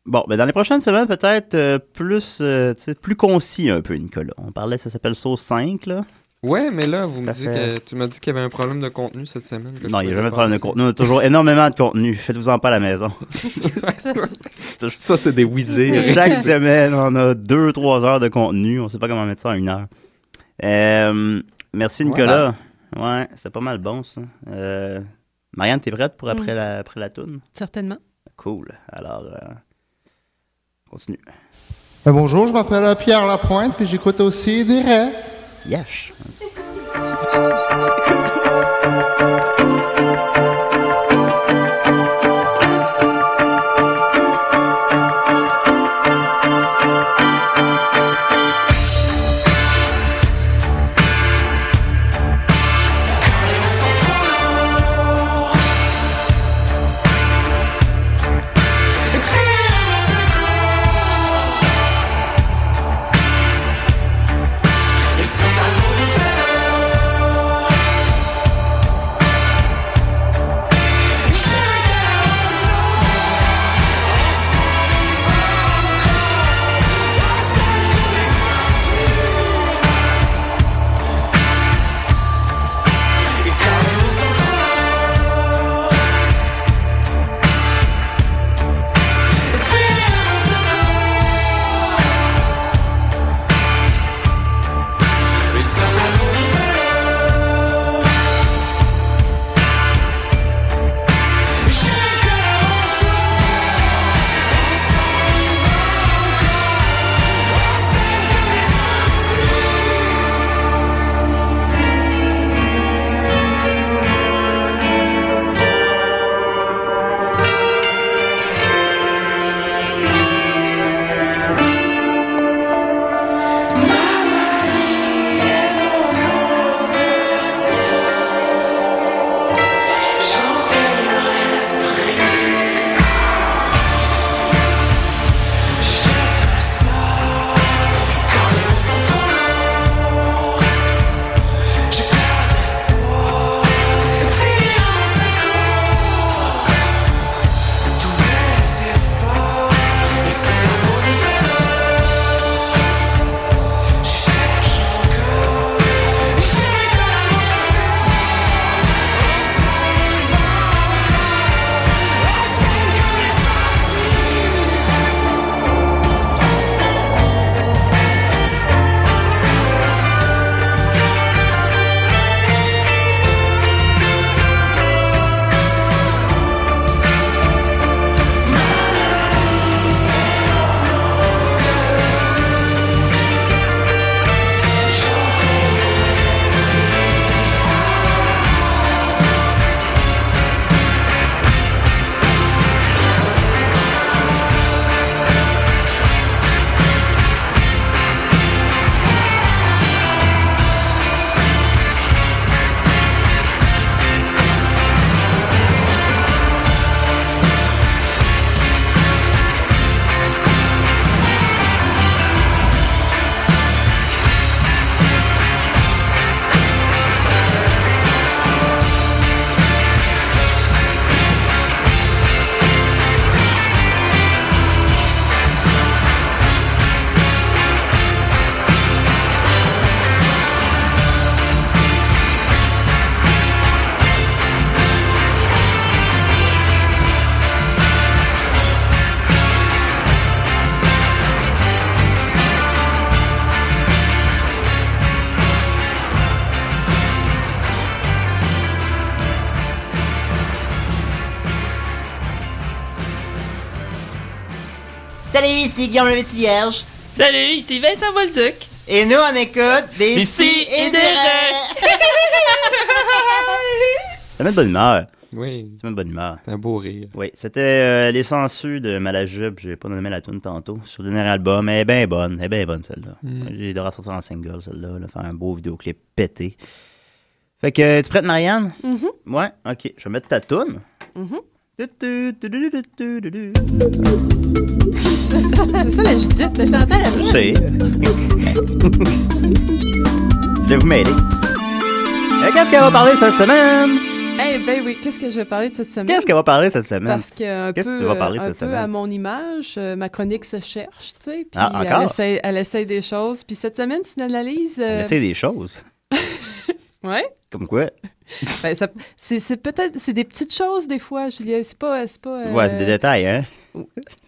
S3: Bon, ben dans les prochaines semaines, peut-être euh, plus, euh, tu sais, plus concis un peu, Nicolas. On parlait, ça s'appelle Sauce 5, là.
S5: Ouais, mais là, vous me
S3: Ça
S5: dites que
S3: fait-
S5: tu m'as dit qu'il y avait un problème de contenu cette semaine. que je
S3: non, il n'y
S5: pouvais
S3: a jamais
S5: pas
S3: de problème de
S5: passer.
S3: contenu. On a toujours énormément de contenu. Faites-vous-en pas à la maison.
S6: Ça, c'est-
S5: Ça, c'est des oui-dire.
S3: Chaque semaine, on a deux, trois heures de contenu. On sait pas comment mettre ça en une heure. Euh, merci, Nicolas. Ouais, c'est pas mal bon, ça. Euh, Marianne, t'es prête pour après la, après la toune?
S8: Certainement.
S3: Cool. Alors, euh, continue.
S9: Ben, bonjour, je m'appelle Pierre Lapointe, puis j'écoute aussi des raies.
S3: Yes.
S9: Salut, ici Guillaume le Petit Vierge.
S10: Salut, ici Vincent Bolduc.
S9: Et nous, on écoute des,
S10: Des si et des
S9: raies.
S3: Ça met de bonne humeur.
S5: Oui,
S3: Ça met de bonne humeur.
S5: c'est un beau rire.
S3: Oui, c'était euh, Les Census de Malajub. Je vais pas nommé la tune tantôt. Sur le dernier album. Elle est bien bonne. Elle est bien bonne, celle-là. J'ai adoré sortir en single, celle-là. là, faire un beau vidéoclip pété. Fait que, euh, tu prêtes, Marianne?
S8: Mm-hmm.
S3: Ouais, ok. Je vais mettre ta tune. Tu, tu, tu, tu, tu, tu, tu, tu.
S6: C'est ça la Judith de Chantal.
S3: Je sais. Je vais vous m'aider. Euh, Qu'est-ce qu'elle va parler cette semaine?
S8: Eh ben oui, qu'est-ce que je vais parler de cette semaine?
S3: Qu'est-ce qu'elle va parler cette semaine?
S8: Parce que un
S3: Qu'est-ce que
S8: peu,
S3: tu vas
S8: euh,
S3: parler
S8: un
S3: cette
S8: peu
S3: semaine?
S8: à mon image, euh, ma chronique se cherche, tu sais, puis
S3: Ah, encore?
S8: elle, essaie, elle essaie des choses. Puis cette semaine, c'est une analyse... euh,
S3: Elle essaie des choses.
S8: ouais.
S3: Comme quoi?
S8: Ben, ça- c'est c'est peut-être... C'est des petites choses, des fois, Julien. C'est pas... c'est pas euh,
S3: Ouais, c'est des détails, hein?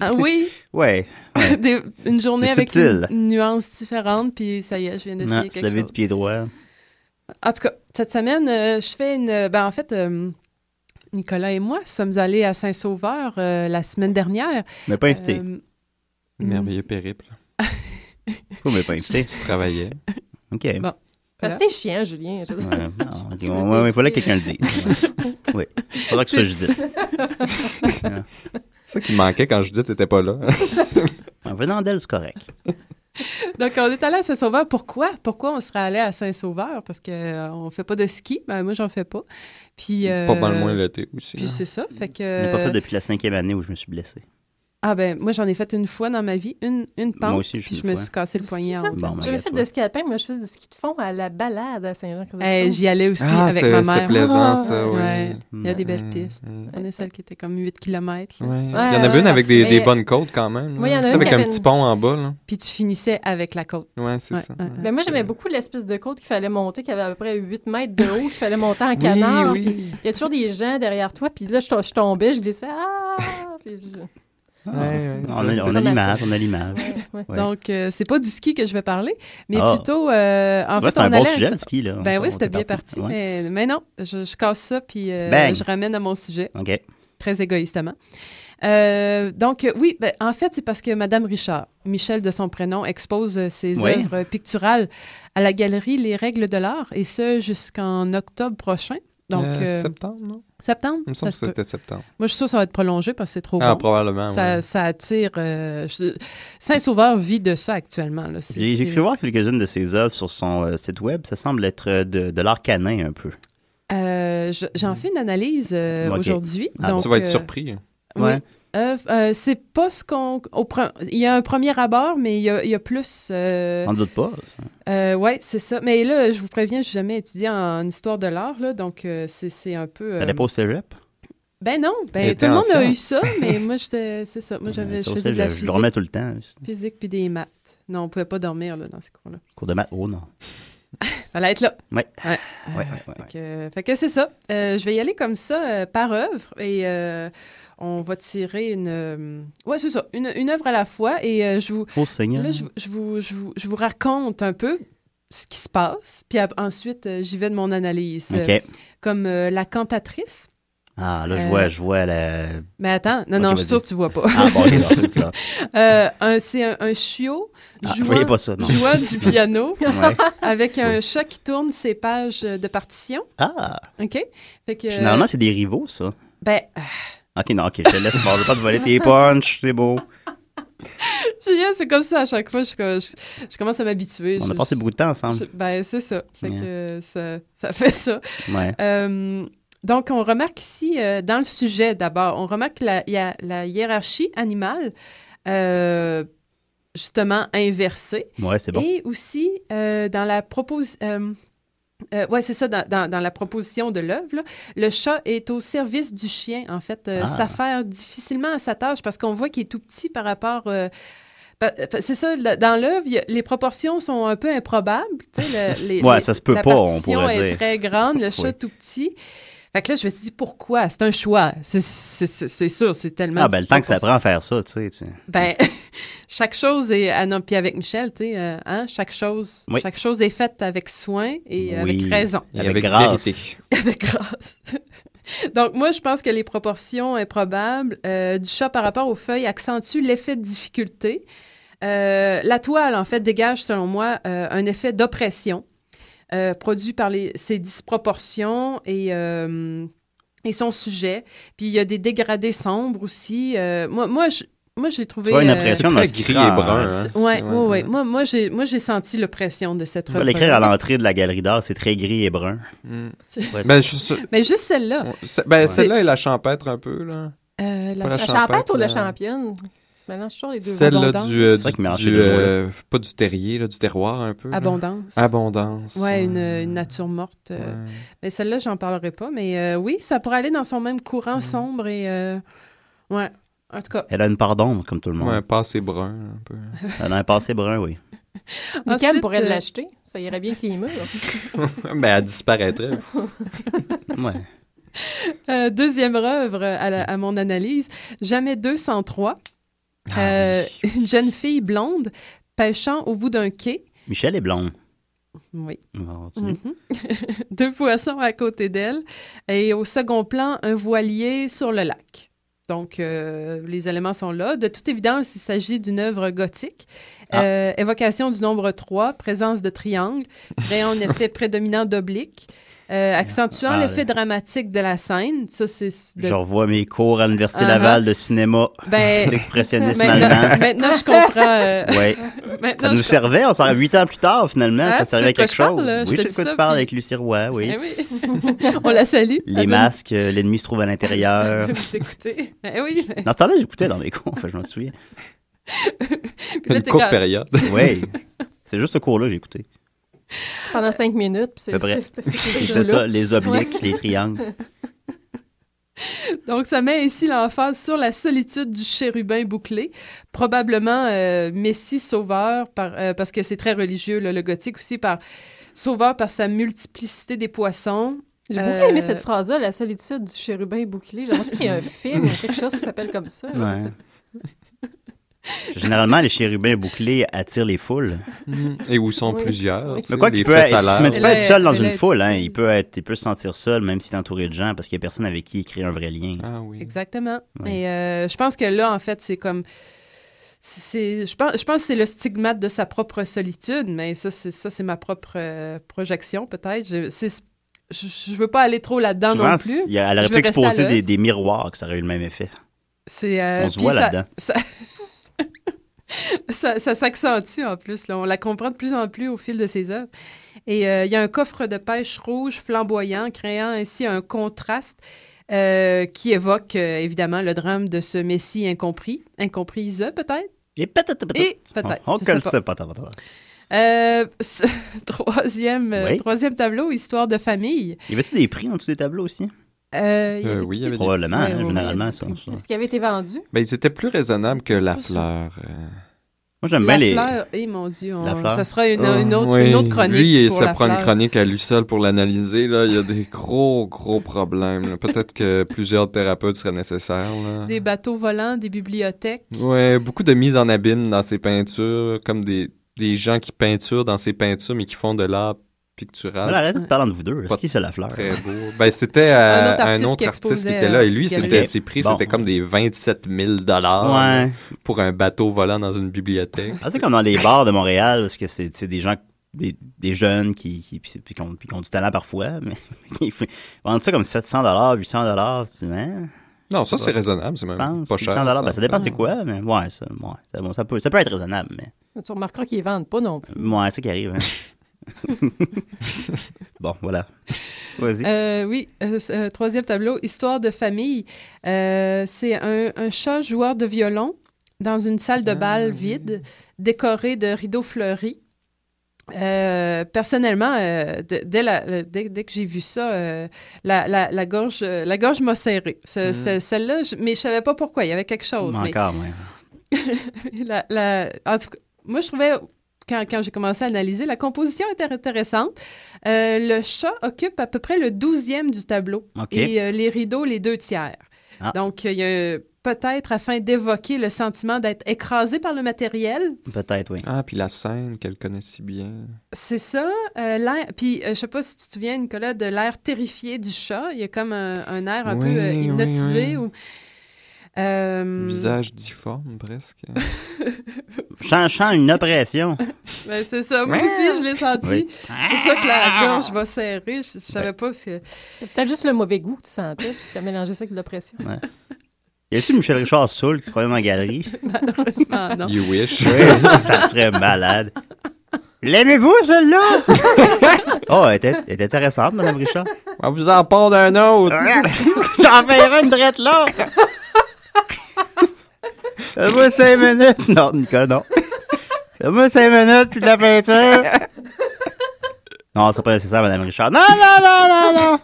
S8: Ah oui,
S3: Ouais.
S8: des- une journée
S3: C'est
S8: avec
S3: subtil.
S8: une, une nuance différente, puis ça y est, je viens d'essayer
S3: Non,
S8: quelque
S3: se
S8: chose.
S3: lever du pied droit.
S8: En tout cas, cette semaine, euh, je fais une. Ben, en fait, euh, Nicolas et moi sommes allés à Saint-Sauveur euh, la semaine dernière.
S3: Mais pas invité.
S8: Euh,
S3: Mm.
S5: Merveilleux périple.
S3: Vous m'avez pas invité.
S5: Tu travaillais.
S3: OK.
S8: Bon.
S6: Parce que t'es chiant, Julien. Je-
S3: Ouais, il fallait que quelqu'un le dise. oui. Faudrait que ce soit Judith.
S5: C'est ça qui manquait quand Judith n'était pas là.
S3: en venant d'elle, c'est correct.
S8: Donc, on est allé à Saint-Sauveur. Pourquoi? Pourquoi on serait allé à Saint-Sauveur? Parce qu'on ne fait pas de ski. Ben, moi, j'en fais pas. Puis, euh,
S5: Pas mal moins l'été aussi.
S8: Puis
S5: hein.
S8: c'est ça. Fait que,
S3: Je l'ai pas fait depuis la cinquième année où je me suis blessé.
S8: Ah ben, moi, j'en ai fait une fois dans ma vie. Une, une pente.
S3: Moi aussi, je suis
S8: puis je
S3: une
S8: me
S3: fois.
S8: suis cassé le poignet. en-
S5: ben,
S3: Bon,
S6: J'avais
S3: malgré
S6: fait
S3: toi.
S6: de ski alpin, mais je faisais du ski de fond à la balade à Saint-Jean-Chrysostome.
S8: Eh, J'y allais aussi
S5: Ah,
S8: avec
S5: c'est-
S8: ma
S5: c'était
S8: mère.
S5: plaisant,
S8: Ah,
S5: ça, oui.
S8: ouais. Il y a des belles
S5: Mm,
S8: pistes.
S5: mm.
S8: On est celle qui était comme 8 km.
S5: Ouais. Il y en avait une avec des, des bonnes côtes quand même.
S6: Moi, il y en avait
S5: là. Tu sais,
S6: une
S5: avec
S6: qui
S5: un
S6: avait
S5: petit
S6: une-
S5: pont en bas. Là.
S8: Puis tu finissais avec la côte.
S5: Ouais, c'est ça.
S8: ouais, ouais.
S6: Ben moi, j'aimais beaucoup l'espèce de côte qu'il fallait monter, qui avait à peu près 8 mètres de haut, qu'il fallait monter en canard.
S5: oui.
S6: puis Il y a toujours des gens derrière toi, puis là, je, to- je tombais, je glissais. Ah! Puis je-
S3: Ah,
S5: Ouais, ouais,
S3: on,
S5: ça,
S3: a,
S5: c'était
S3: on a
S5: pas mal
S3: l'image, on a l'image.
S6: ouais.
S3: Ouais.
S8: Donc, euh, c'est pas du ski que je vais parler, mais
S3: Ah.
S8: plutôt, euh, en
S3: Ouais,
S8: fait,
S3: c'est
S8: on
S3: un bon
S8: allait à
S3: sujet,
S8: Saint-
S3: le ski, là.
S8: Ben
S3: On-
S8: oui,
S3: on
S8: c'était
S3: était
S8: bien
S3: parti.
S8: parti.
S3: Ouais.
S8: Mais, mais non, je, je casse ça, puis euh,
S3: Bang.
S8: je ramène à mon sujet,
S3: OK.
S8: très égoïstement. Euh, donc, euh, oui, ben, en fait, c'est parce que Madame Richard, Michel de son prénom, expose euh, ses
S3: Oui.
S8: œuvres picturales à la galerie Les Règles de l'Art, et ce jusqu'en octobre prochain. Donc,
S5: Euh,
S8: euh,
S5: septembre, non?
S8: septembre?
S5: Il me
S8: ça
S5: semble que
S8: se peut.
S5: c'était septembre.
S8: Moi, je suis sûre que ça va être prolongé parce que c'est trop
S5: Ah,
S8: bon.
S5: probablement.
S8: Ça,
S5: ouais.
S8: ça attire. euh, je- Saint-Sauveur vit de ça actuellement. là. C'est-
S3: J'ai j'ai
S8: c'est-
S3: cru voir quelques-unes de ses œuvres sur son euh, site web. Ça semble être euh, de, de l'art canin un peu.
S8: Euh, je- J'en fais une analyse euh,
S3: Ok.
S8: aujourd'hui.
S3: Ah,
S8: donc,
S5: tu vas être
S8: euh,
S5: surpris. hein.
S8: oui.
S3: Ouais.
S8: Euh, euh, c'est pas ce qu'on. au pre- Il y a un premier abord, mais il y a, il y a plus. euh,
S3: On ne doute pas.
S8: euh, ouais, c'est ça. Mais là, je vous préviens, je n'ai jamais étudié en histoire de l'art, là, donc euh, c'est- c'est un peu. euh,
S3: T'allais pas au cégep?
S8: Ben non,
S5: Il
S8: ben,
S5: était
S8: tout le monde
S5: en
S8: a eu
S5: sciences.
S8: ça, mais moi, j'étais- c'est ça. Moi, j'avais,
S3: Euh,
S8: je
S3: ça, au
S8: faisais de la
S3: cégep, je
S8: physique,
S3: dormais tout le temps.
S8: physique puis des maths. Non, on pouvait pas dormir là, dans ces cours-là.
S3: Cours de maths, oh non.
S8: Fallait être là.
S3: Ouais.
S8: Ouais.
S3: Ouais, ouais, ouais, ouais.
S8: Fait que, fait que c'est ça. Euh, je vais y aller comme ça, euh, par œuvre, et euh, on va tirer une... euh, ouais, c'est ça, une, une œuvre à la fois, et euh, je vous...
S3: Oh Seigneur.
S8: Là, je, vous- je vous, je, vous, je vous raconte un peu ce qui se passe, puis ap- ensuite, euh, j'y vais de mon analyse.
S3: OK.
S8: Euh, comme euh, la cantatrice.
S3: Ah, là, je
S8: Euh,
S3: vois, je vois la...
S8: Mais attends, non, non,
S3: Ok,
S8: je suis
S3: vas-y.
S8: sûre que tu vois pas.
S3: Ah, bon, ok, bon, c'est clair.
S8: Euh, un- c'est un, un chiot
S3: Ah, je
S8: jouant,
S3: voyais pas ça, non.
S8: jouant du piano
S3: Ouais.
S8: avec un chat qui tourne ses pages euh, de partition.
S3: Ah,
S8: OK? Fait que,
S3: finalement, c'est des rivaux, ça.
S8: ben,
S3: OK, non, OK, je te laisse. Je vais pas te voler tes punchs, c'est beau.
S8: Julien, c'est comme ça à chaque fois. Je, je- je commence à m'habituer.
S3: On
S8: Je-
S3: a passé
S8: je-
S3: beaucoup de temps ensemble.
S8: je- ben, c'est ça. Fait
S3: Yeah.
S8: que euh, ça, ça fait ça.
S3: Ouais.
S8: Euh, donc, on remarque ici, euh, dans le sujet d'abord, on remarque la, il y a la hiérarchie animale, euh, justement, inversée.
S3: Ouais, c'est bon.
S8: Et aussi, euh, dans la proposition... ouais, c'est ça, dans, dans- dans la proposition de l'œuvre, là, le chat est au service du chien, en fait, euh,
S3: Ah.
S8: s'affaire difficilement à sa tâche parce qu'on voit qu'il est tout petit par rapport... euh, pa- pa- c'est ça, la- dans l'œuvre, il y a- les proportions sont un peu improbables. tu sais, le- les-
S3: Ouais,
S8: les-
S3: ça se peut
S8: la
S3: pas, on
S8: partition
S3: pourrait
S8: est
S3: dire.
S8: très grande, le chat
S3: Oui.
S8: tout petit. Fait que là, je me suis dit, pourquoi? C'est un choix. C'est- C'est c'est- c'est sûr, c'est tellement...
S3: Ah, ben, le temps que ça
S8: disproportionné.
S3: prend à faire ça, tu sais. tu-
S8: Ben, chaque chose est. Ah non, puis avec Michel, tu sais, euh, hein, chaque, chose,
S3: Oui.
S8: chaque chose est faite avec soin et
S3: Oui.
S8: avec raison,
S5: Et
S3: Avec
S5: avec
S3: grâce.
S5: vérité.
S8: avec grâce. Donc, moi, je pense que les proportions improbables euh, du chat par rapport aux feuilles accentuent l'effet de difficulté. Euh, la toile, en fait, dégage, selon moi, euh, un effet d'oppression euh, produit par les, ces disproportions et. euh, et son sujet. Puis il y a des dégradés sombres aussi. Euh, moi, moi, je, moi, j'ai trouvé...
S3: Tu vois une
S8: euh,
S3: impression dans
S5: Très
S3: ce qui
S5: gris et
S3: sera,
S5: brun.
S3: hein.
S5: hein.
S8: oui, ouais,
S5: C'est-
S8: ouais, ouais. Moi, moi, j'ai, moi, j'ai senti l'oppression de cette
S3: Tu vas
S8: reproduction.
S3: l'écrire à l'entrée de la galerie d'art, c'est très gris et brun.
S5: Mm.
S3: Ouais.
S5: Ben, je suis sûr-
S8: Mais juste celle-là.
S5: on- c'est- ben,
S3: Ouais.
S5: celle-là est la champêtre un peu. là.
S8: euh, Ah. la-
S5: Pas
S6: La
S5: La
S6: champêtre ou la
S5: champêtre,
S6: championne? Tu mélanges toujours les deux.
S5: Celle-là
S8: abondance.
S5: du, euh,
S3: C'est vrai qu'il mélange
S5: du,
S3: les
S5: du,
S3: deux mots, là.
S5: euh, pas du terrier, là, du terroir un peu. là.
S8: Abondance.
S5: Abondance.
S8: Ouais, une, une nature morte.
S5: Ouais.
S8: euh. Mais celle-là, j'en parlerai pas. Mais euh, oui, ça pourrait aller dans son même courant sombre et. euh, Ouais. En tout cas.
S3: Elle a une part d'ombre, comme tout le
S5: Ouais, un
S3: monde.
S5: passé brun un peu.
S3: Elle a un passé brun, oui.
S6: Mais
S8: Ensuite,
S6: Cam pourrait
S8: euh,
S6: l'acheter. Ça irait bien avec les murs.
S3: Ben,
S5: Mais elle disparaîtrait.
S3: Ouais.
S8: euh, deuxième œuvre à, la- à mon analyse. Jamais 203.
S5: Ah
S8: Euh, Une jeune fille blonde pêchant au bout d'un quai.
S3: Michel est blonde.
S8: Oui.
S3: On va continuer.
S8: Mhm. Deux poissons à côté d'elle et au second plan, un voilier sur le lac. Donc, euh, les éléments sont là. De toute évidence, il s'agit d'une œuvre gothique.
S3: Ah.
S8: Euh, évocation du nombre 3, présence de triangle, créant un effet prédominant d'oblique, euh, accentuant
S3: Ah,
S8: l'effet dramatique de la scène. Ça, c'est de-
S3: Je revois mes cours à l'Université
S8: Uh-huh.
S3: Laval de cinéma
S8: Ben,
S3: d'expressionnisme
S8: maintenant,
S3: allemand.
S8: maintenant, je comprends. euh,
S3: Ouais.
S8: maintenant,
S3: Ça nous
S8: je
S3: servait, on s'en huit ans plus tard, finalement,
S8: Ah,
S3: ça
S8: tu
S3: servait
S8: sais
S3: à
S8: de quoi
S3: quelque
S8: je
S3: chose.
S8: parle, là? Je
S3: oui, je
S8: te
S3: sais de
S8: dis
S3: quoi
S8: ça,
S3: tu parles
S8: puis-
S3: avec Lucie Roy, oui.
S8: Eh oui. On la salue.
S3: Les
S8: Elle
S3: masques, euh, l'ennemi se trouve à
S8: doit-
S3: l'intérieur.
S8: doit nous écouter. Eh oui.
S3: Dans ce temps-là, j'écoutais dans mes cours, enfin, je m'en souviens.
S8: Puis là, t'es comme-
S3: oui. C'est juste ce cours-là que j'ai écouté.
S6: Pendant cinq minutes. puis c'est-
S3: À peu près.
S6: c'est-
S3: C'est ça, les obliques, les triangles.
S8: Donc, ça met ainsi l'emphase sur la solitude du chérubin bouclé, probablement euh, Messie sauveur, par- euh, parce que c'est très religieux, là, le gothique aussi, par sauveur par sa multiplicité des poissons.
S6: J'ai
S8: Euh,
S6: beaucoup aimé cette phrase-là, la solitude du chérubin bouclé. J'ai pensé qu'il y a un film, quelque chose qui s'appelle comme ça.
S3: Ouais. Généralement, les chérubins bouclés attirent les foules.
S5: Et où sont plusieurs.
S3: Mais quoi
S5: tu sais, les
S3: qu'il peut
S5: fesses
S3: être,
S5: à l'air.
S3: mais tu peux être seul dans
S5: Elle
S3: une
S5: est-
S3: foule. Hein. Il, peut être, il peut se sentir seul, même s'il est entouré de gens, parce qu'il n'y a personne avec qui il crée un vrai lien.
S5: Ah oui.
S8: Exactement.
S3: Mm. Ouais.
S8: Et euh, je pense que là, en fait, c'est comme. c'est- Je pense, je pense que c'est le stigmate de sa propre solitude, mais ça, c'est ça, c'est ma propre euh, projection, peut-être. Je, c'est- je, je veux pas aller trop là-dedans
S3: Souvent,
S8: non plus.
S3: il y a- elle
S8: Je
S3: aurait
S8: veux
S3: pu
S8: rester à
S3: exposer
S8: l'œuvre.
S3: des, des miroirs que ça aurait eu le même effet.
S8: C'est, euh,
S3: On se
S8: puis
S3: voit
S8: ça-
S3: là-dedans.
S8: Ça, ça- ça s'accentue en plus. là. On la comprend de plus en plus au fil de ses œuvres. Et euh, il y a un coffre de pêche rouge flamboyant, créant ainsi un contraste euh, qui évoque euh, évidemment le drame de ce Messie incompris, incomprise peut-être.
S3: Et peut-être, peut-être.
S8: Et peut-être.
S3: On, on
S8: je sais
S3: colle
S8: pas.
S3: ça, pas tant, pas tant.
S8: Euh, ce- troisième, euh,
S3: Oui.
S8: troisième tableau, histoire de famille.
S3: Y avait-tu des prix en dessous des tableaux aussi?
S8: Euh, il y
S5: Euh,
S8: avait-tu
S5: oui, il y
S8: des-
S5: avait des-
S3: Probablement,
S8: Ouais,
S3: hein,
S8: ouais, ouais,
S3: généralement. ça- ça.
S6: Est-ce qu'il avait été vendu?
S5: Ben, ils étaient plus raisonnables que la fleur. euh.
S3: Moi, j'aime
S8: La
S3: bien Ben, les.
S8: fleur, eh mon Dieu, on-
S3: La fleur.
S8: ça sera une,
S5: Ah,
S8: une autre,
S5: oui.
S8: une autre chronique.
S5: Lui, il
S8: pour
S5: se
S8: la
S5: prend une
S8: fleur.
S5: chronique à lui seul pour l'analyser. Là. Il y a des gros, gros problèmes. là. Peut-être que plusieurs thérapeutes seraient nécessaires. Là.
S8: Des bateaux volants, des bibliothèques.
S5: Ouais, beaucoup de mise en abîme dans ses peintures, comme des, des gens qui peinturent dans ses peintures, mais qui font de l'art pictural.
S3: Voilà, arrête de parler de vous deux.
S5: Pas
S3: Est-ce qui c'est la fleur?
S5: Très beau. Ben, c'était euh,
S8: Un autre
S5: un
S8: artiste
S5: autre
S8: qui
S5: artiste qui
S8: exposait,
S5: était là. Et lui,
S8: euh, qui
S5: c'était,
S3: avait-
S5: ses prix,
S3: Bon.
S5: c'était comme des 27 000 dollars
S3: Ouais.
S5: pour un bateau volant dans une bibliothèque.
S3: Ah, c'est comme dans les bars de Montréal, parce que c'est c'est des gens, des, des jeunes qui, qui, puis- puis qui ont, puis qui ont du talent parfois, mais ils f- vendent ça comme 700 800 tu hein,
S5: Non, ça, c'est
S3: Ouais.
S5: raisonnable. C'est même
S3: je pense.
S5: Euh, pas cher.
S3: 800 ben, ça dépend
S5: Ouais.
S3: c'est quoi, mais ouais, ça, ouais, ça, bon, ça peut, ça peut être raisonnable, mais
S6: Tu remarqueras qu'ils ne vendent pas non plus.
S3: ouais, c'est ça qui arrive. hein. bon, voilà. Vas-y.
S8: Euh, oui, euh, c- euh, troisième tableau, histoire de famille. Euh, c'est un, un chat joueur de violon dans une salle de bal vide, décorée de rideaux fleuris. Euh, personnellement, euh, d- dès, la- le- dès- dès que j'ai vu ça, euh, la, la- la gorge, euh, la gorge m'a serré. Ce- ce- Celle-là, je- mais je savais pas pourquoi. Il y avait quelque chose. mais-
S3: Encore, ouais.
S8: La- la- en tout cas, moi, je trouvais, quand, quand j'ai commencé à analyser, la composition était intéressante. Euh, le chat occupe à peu près le douzième du tableau
S3: OK.
S8: et euh, les rideaux, les deux tiers.
S3: Ah.
S8: Donc, euh, il y a peut-être afin d'évoquer le sentiment d'être écrasé par le matériel.
S3: Peut-être, oui.
S5: Ah, puis la scène qu'elle connaît si bien.
S8: C'est ça. euh, l'air, puis, euh, je sais pas si tu te souviens, Nicolas, de l'air terrifié du chat. Il y a comme un, un air un
S5: Oui,
S8: peu euh,
S5: oui, oui.
S8: hypnotisé. ou- Euh,
S5: Visage difforme, presque.
S3: Chant, chant une oppression.
S8: ben, c'est ça. Moi aussi, je l'ai senti.
S3: Oui.
S8: C'est pour ça que la gorge va serrer. Je, je savais pas parce que.
S6: C'est peut-être juste le mauvais goût que tu sentais, puis tu as mélangé ça avec de l'oppression.
S3: Y a-tu Michel Richard Soul qui se prenait dans la galerie?
S8: Malheureusement, non.
S5: You wish.
S3: ça serait malade. L'aimez-vous, celle-là? oh, elle était, elle était intéressante, Madame Richard.
S5: On Ah, vous en part d'un autre.
S3: J'en ferai une drette là! Donne-moi cinq minutes! Non, Nicolas, non. Donne-moi cinq minutes, puis de la peinture! Non, c'est pas nécessaire, Madame Richard. Non, non, non, non, non!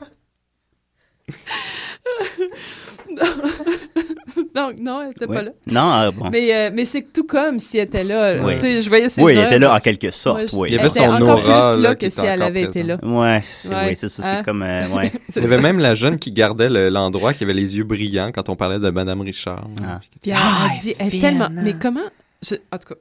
S8: Donc, non, elle était
S3: Oui.
S8: pas là.
S3: Non, ah, bon.
S8: Mais, euh, mais c'est tout comme si elle était là. là.
S3: Oui.
S8: Tu sais, Je voyais ses
S3: Oui, il
S8: yeux.
S3: était là en quelque sorte,
S8: Moi,
S3: oui.
S5: Il
S8: je-
S5: y
S8: elle
S5: avait
S8: était
S5: son
S8: encore
S5: aura,
S8: plus
S5: là,
S8: là
S5: qui
S8: que
S5: était
S8: si elle
S5: encore
S8: avait été là.
S5: présente.
S3: Ouais, c'est-
S8: Ouais.
S3: oui, c'est ça, c'est
S8: Hein?
S3: comme. euh, ouais.
S8: C'est
S5: Il y avait
S8: ça.
S5: même la jeune qui gardait le- l'endroit qui avait les yeux brillants quand on parlait de Madame Richard.
S3: Ah.
S8: Puis elle, elle dit, elle est tellement. Mais comment. je- En tout cas,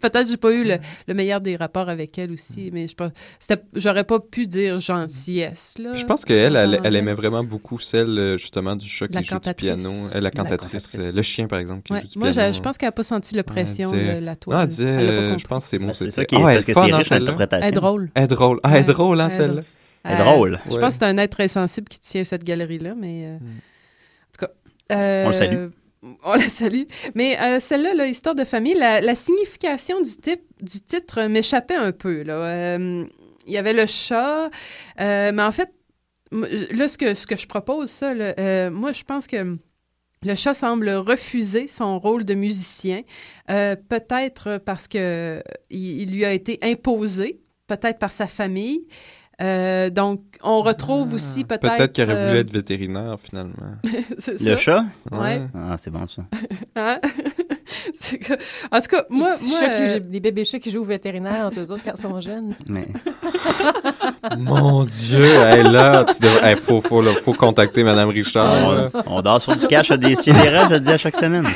S8: Peut-être j'ai pas eu le, le meilleur des rapports avec elle aussi,
S5: Mm.
S8: mais je pense c'était- j'aurais pas pu dire gentillesse là.
S5: Je pense qu'elle, elle, elle
S8: Euh, Ouais.
S5: aimait vraiment beaucoup celle, euh, justement, du chat
S8: La
S5: qui joue du
S8: cantatrice.
S5: piano. Euh, la
S8: La
S5: cantatrice. euh, le chien, par exemple, qui
S8: Ouais.
S5: joue du
S8: Moi,
S5: piano. hein.
S8: je, je pense qu'elle n'a pas senti la pression
S5: Ouais, elle disait-
S8: de la
S5: Non,
S8: toile.
S5: elle disait,
S8: Elle l'a pas
S5: euh,
S8: compris.
S5: je pense que c'est
S3: Ah,
S5: moi.
S3: c'est ça qui est- parce que c'est riche d'interprétation.
S8: Elle est drôle.
S5: Elle est drôle. Ah, elle est
S8: Ouais,
S5: drôle, hein,
S8: elle est
S5: celle-là.
S3: Elle est drôle.
S8: Euh, Je
S5: Ouais.
S8: pense que c'est un être très sensible qui tient cette galerie-là, mais euh, en tout cas. euh,
S3: On le salue.
S8: On la salue. Mais euh, celle-là, là, Histoire de famille, la, la signification du, type, du titre euh, m'échappait un peu. là. Euh, il y avait le chat, euh, mais en fait, m- euh, là, ce que, ce que je propose, ça, là, euh, moi, je pense que le chat semble refuser son rôle de musicien, euh, peut-être parce que il, il lui a été imposé, peut-être par sa famille. Euh, donc, on
S6: Ah.
S8: retrouve aussi peut-être...
S5: Peut-être qu'elle aurait voulu
S8: euh,
S5: être vétérinaire, finalement.
S8: c'est
S3: Le
S8: ça.
S3: chat?
S8: Ouais.
S3: Ah, c'est bon, ça.
S8: Hein? C'est que- en tout cas, moi...
S6: les, petits
S8: moi,
S6: chats qui
S8: euh,
S6: jouent- les bébés chats qui jouent au vétérinaire entre eux autres quand ils sont jeunes.
S3: Mais...
S5: Mon Dieu, hey, là, tu devrais... hey, faut, faut, là, faut contacter Madame
S8: Ah
S5: Richard. là.
S3: On, on dort sur du cash à des sidérés, je le dis à chaque semaine.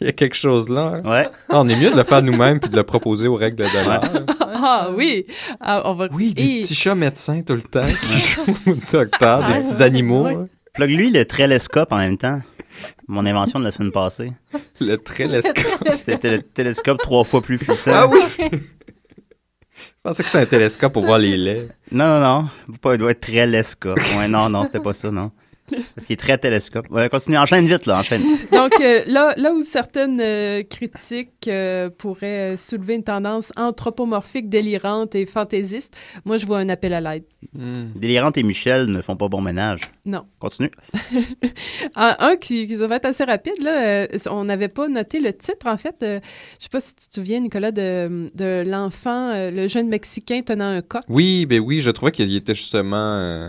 S5: Il y a quelque chose là. là.
S3: Ouais.
S5: Ah, on est mieux de le faire nous-mêmes puis de le proposer aux règles de l'art.
S8: Ah oui! Ah, on va...
S5: Oui, des
S8: Et-
S5: petits chats médecins tout le temps qui jouent au docteur, des petits animaux.
S6: Ouais.
S5: là.
S3: Plug-lui le trélescope en même temps. Mon invention de la semaine passée.
S5: Le trélescope.
S3: C'était le télescope trois fois plus puissant.
S5: ah oui! c'est- Je pensais que c'était un télescope pour voir les laits.
S3: Non, non, non. Pas, il doit être trélescope. Ouais, non, non, c'était pas ça, non. Parce qu'il est très télescope. Ouais, continue, enchaîne vite, là, enchaîne.
S8: Donc, euh, là, là où certaines euh, critiques euh, pourraient euh, soulever une tendance anthropomorphique, délirante et fantaisiste, moi, je vois un appel à l'aide.
S3: Délirante et Michel ne font pas bon ménage.
S8: Non.
S3: Continue.
S8: Un, un qui, qui- ça va être assez rapide, là, euh, on n'avait pas noté le titre, en fait. euh, je sais pas si tu te souviens, Nicolas, de, de l'enfant, euh, le jeune Mexicain tenant un coq.
S5: Oui, ben oui, je trouvais qu'il était justement euh,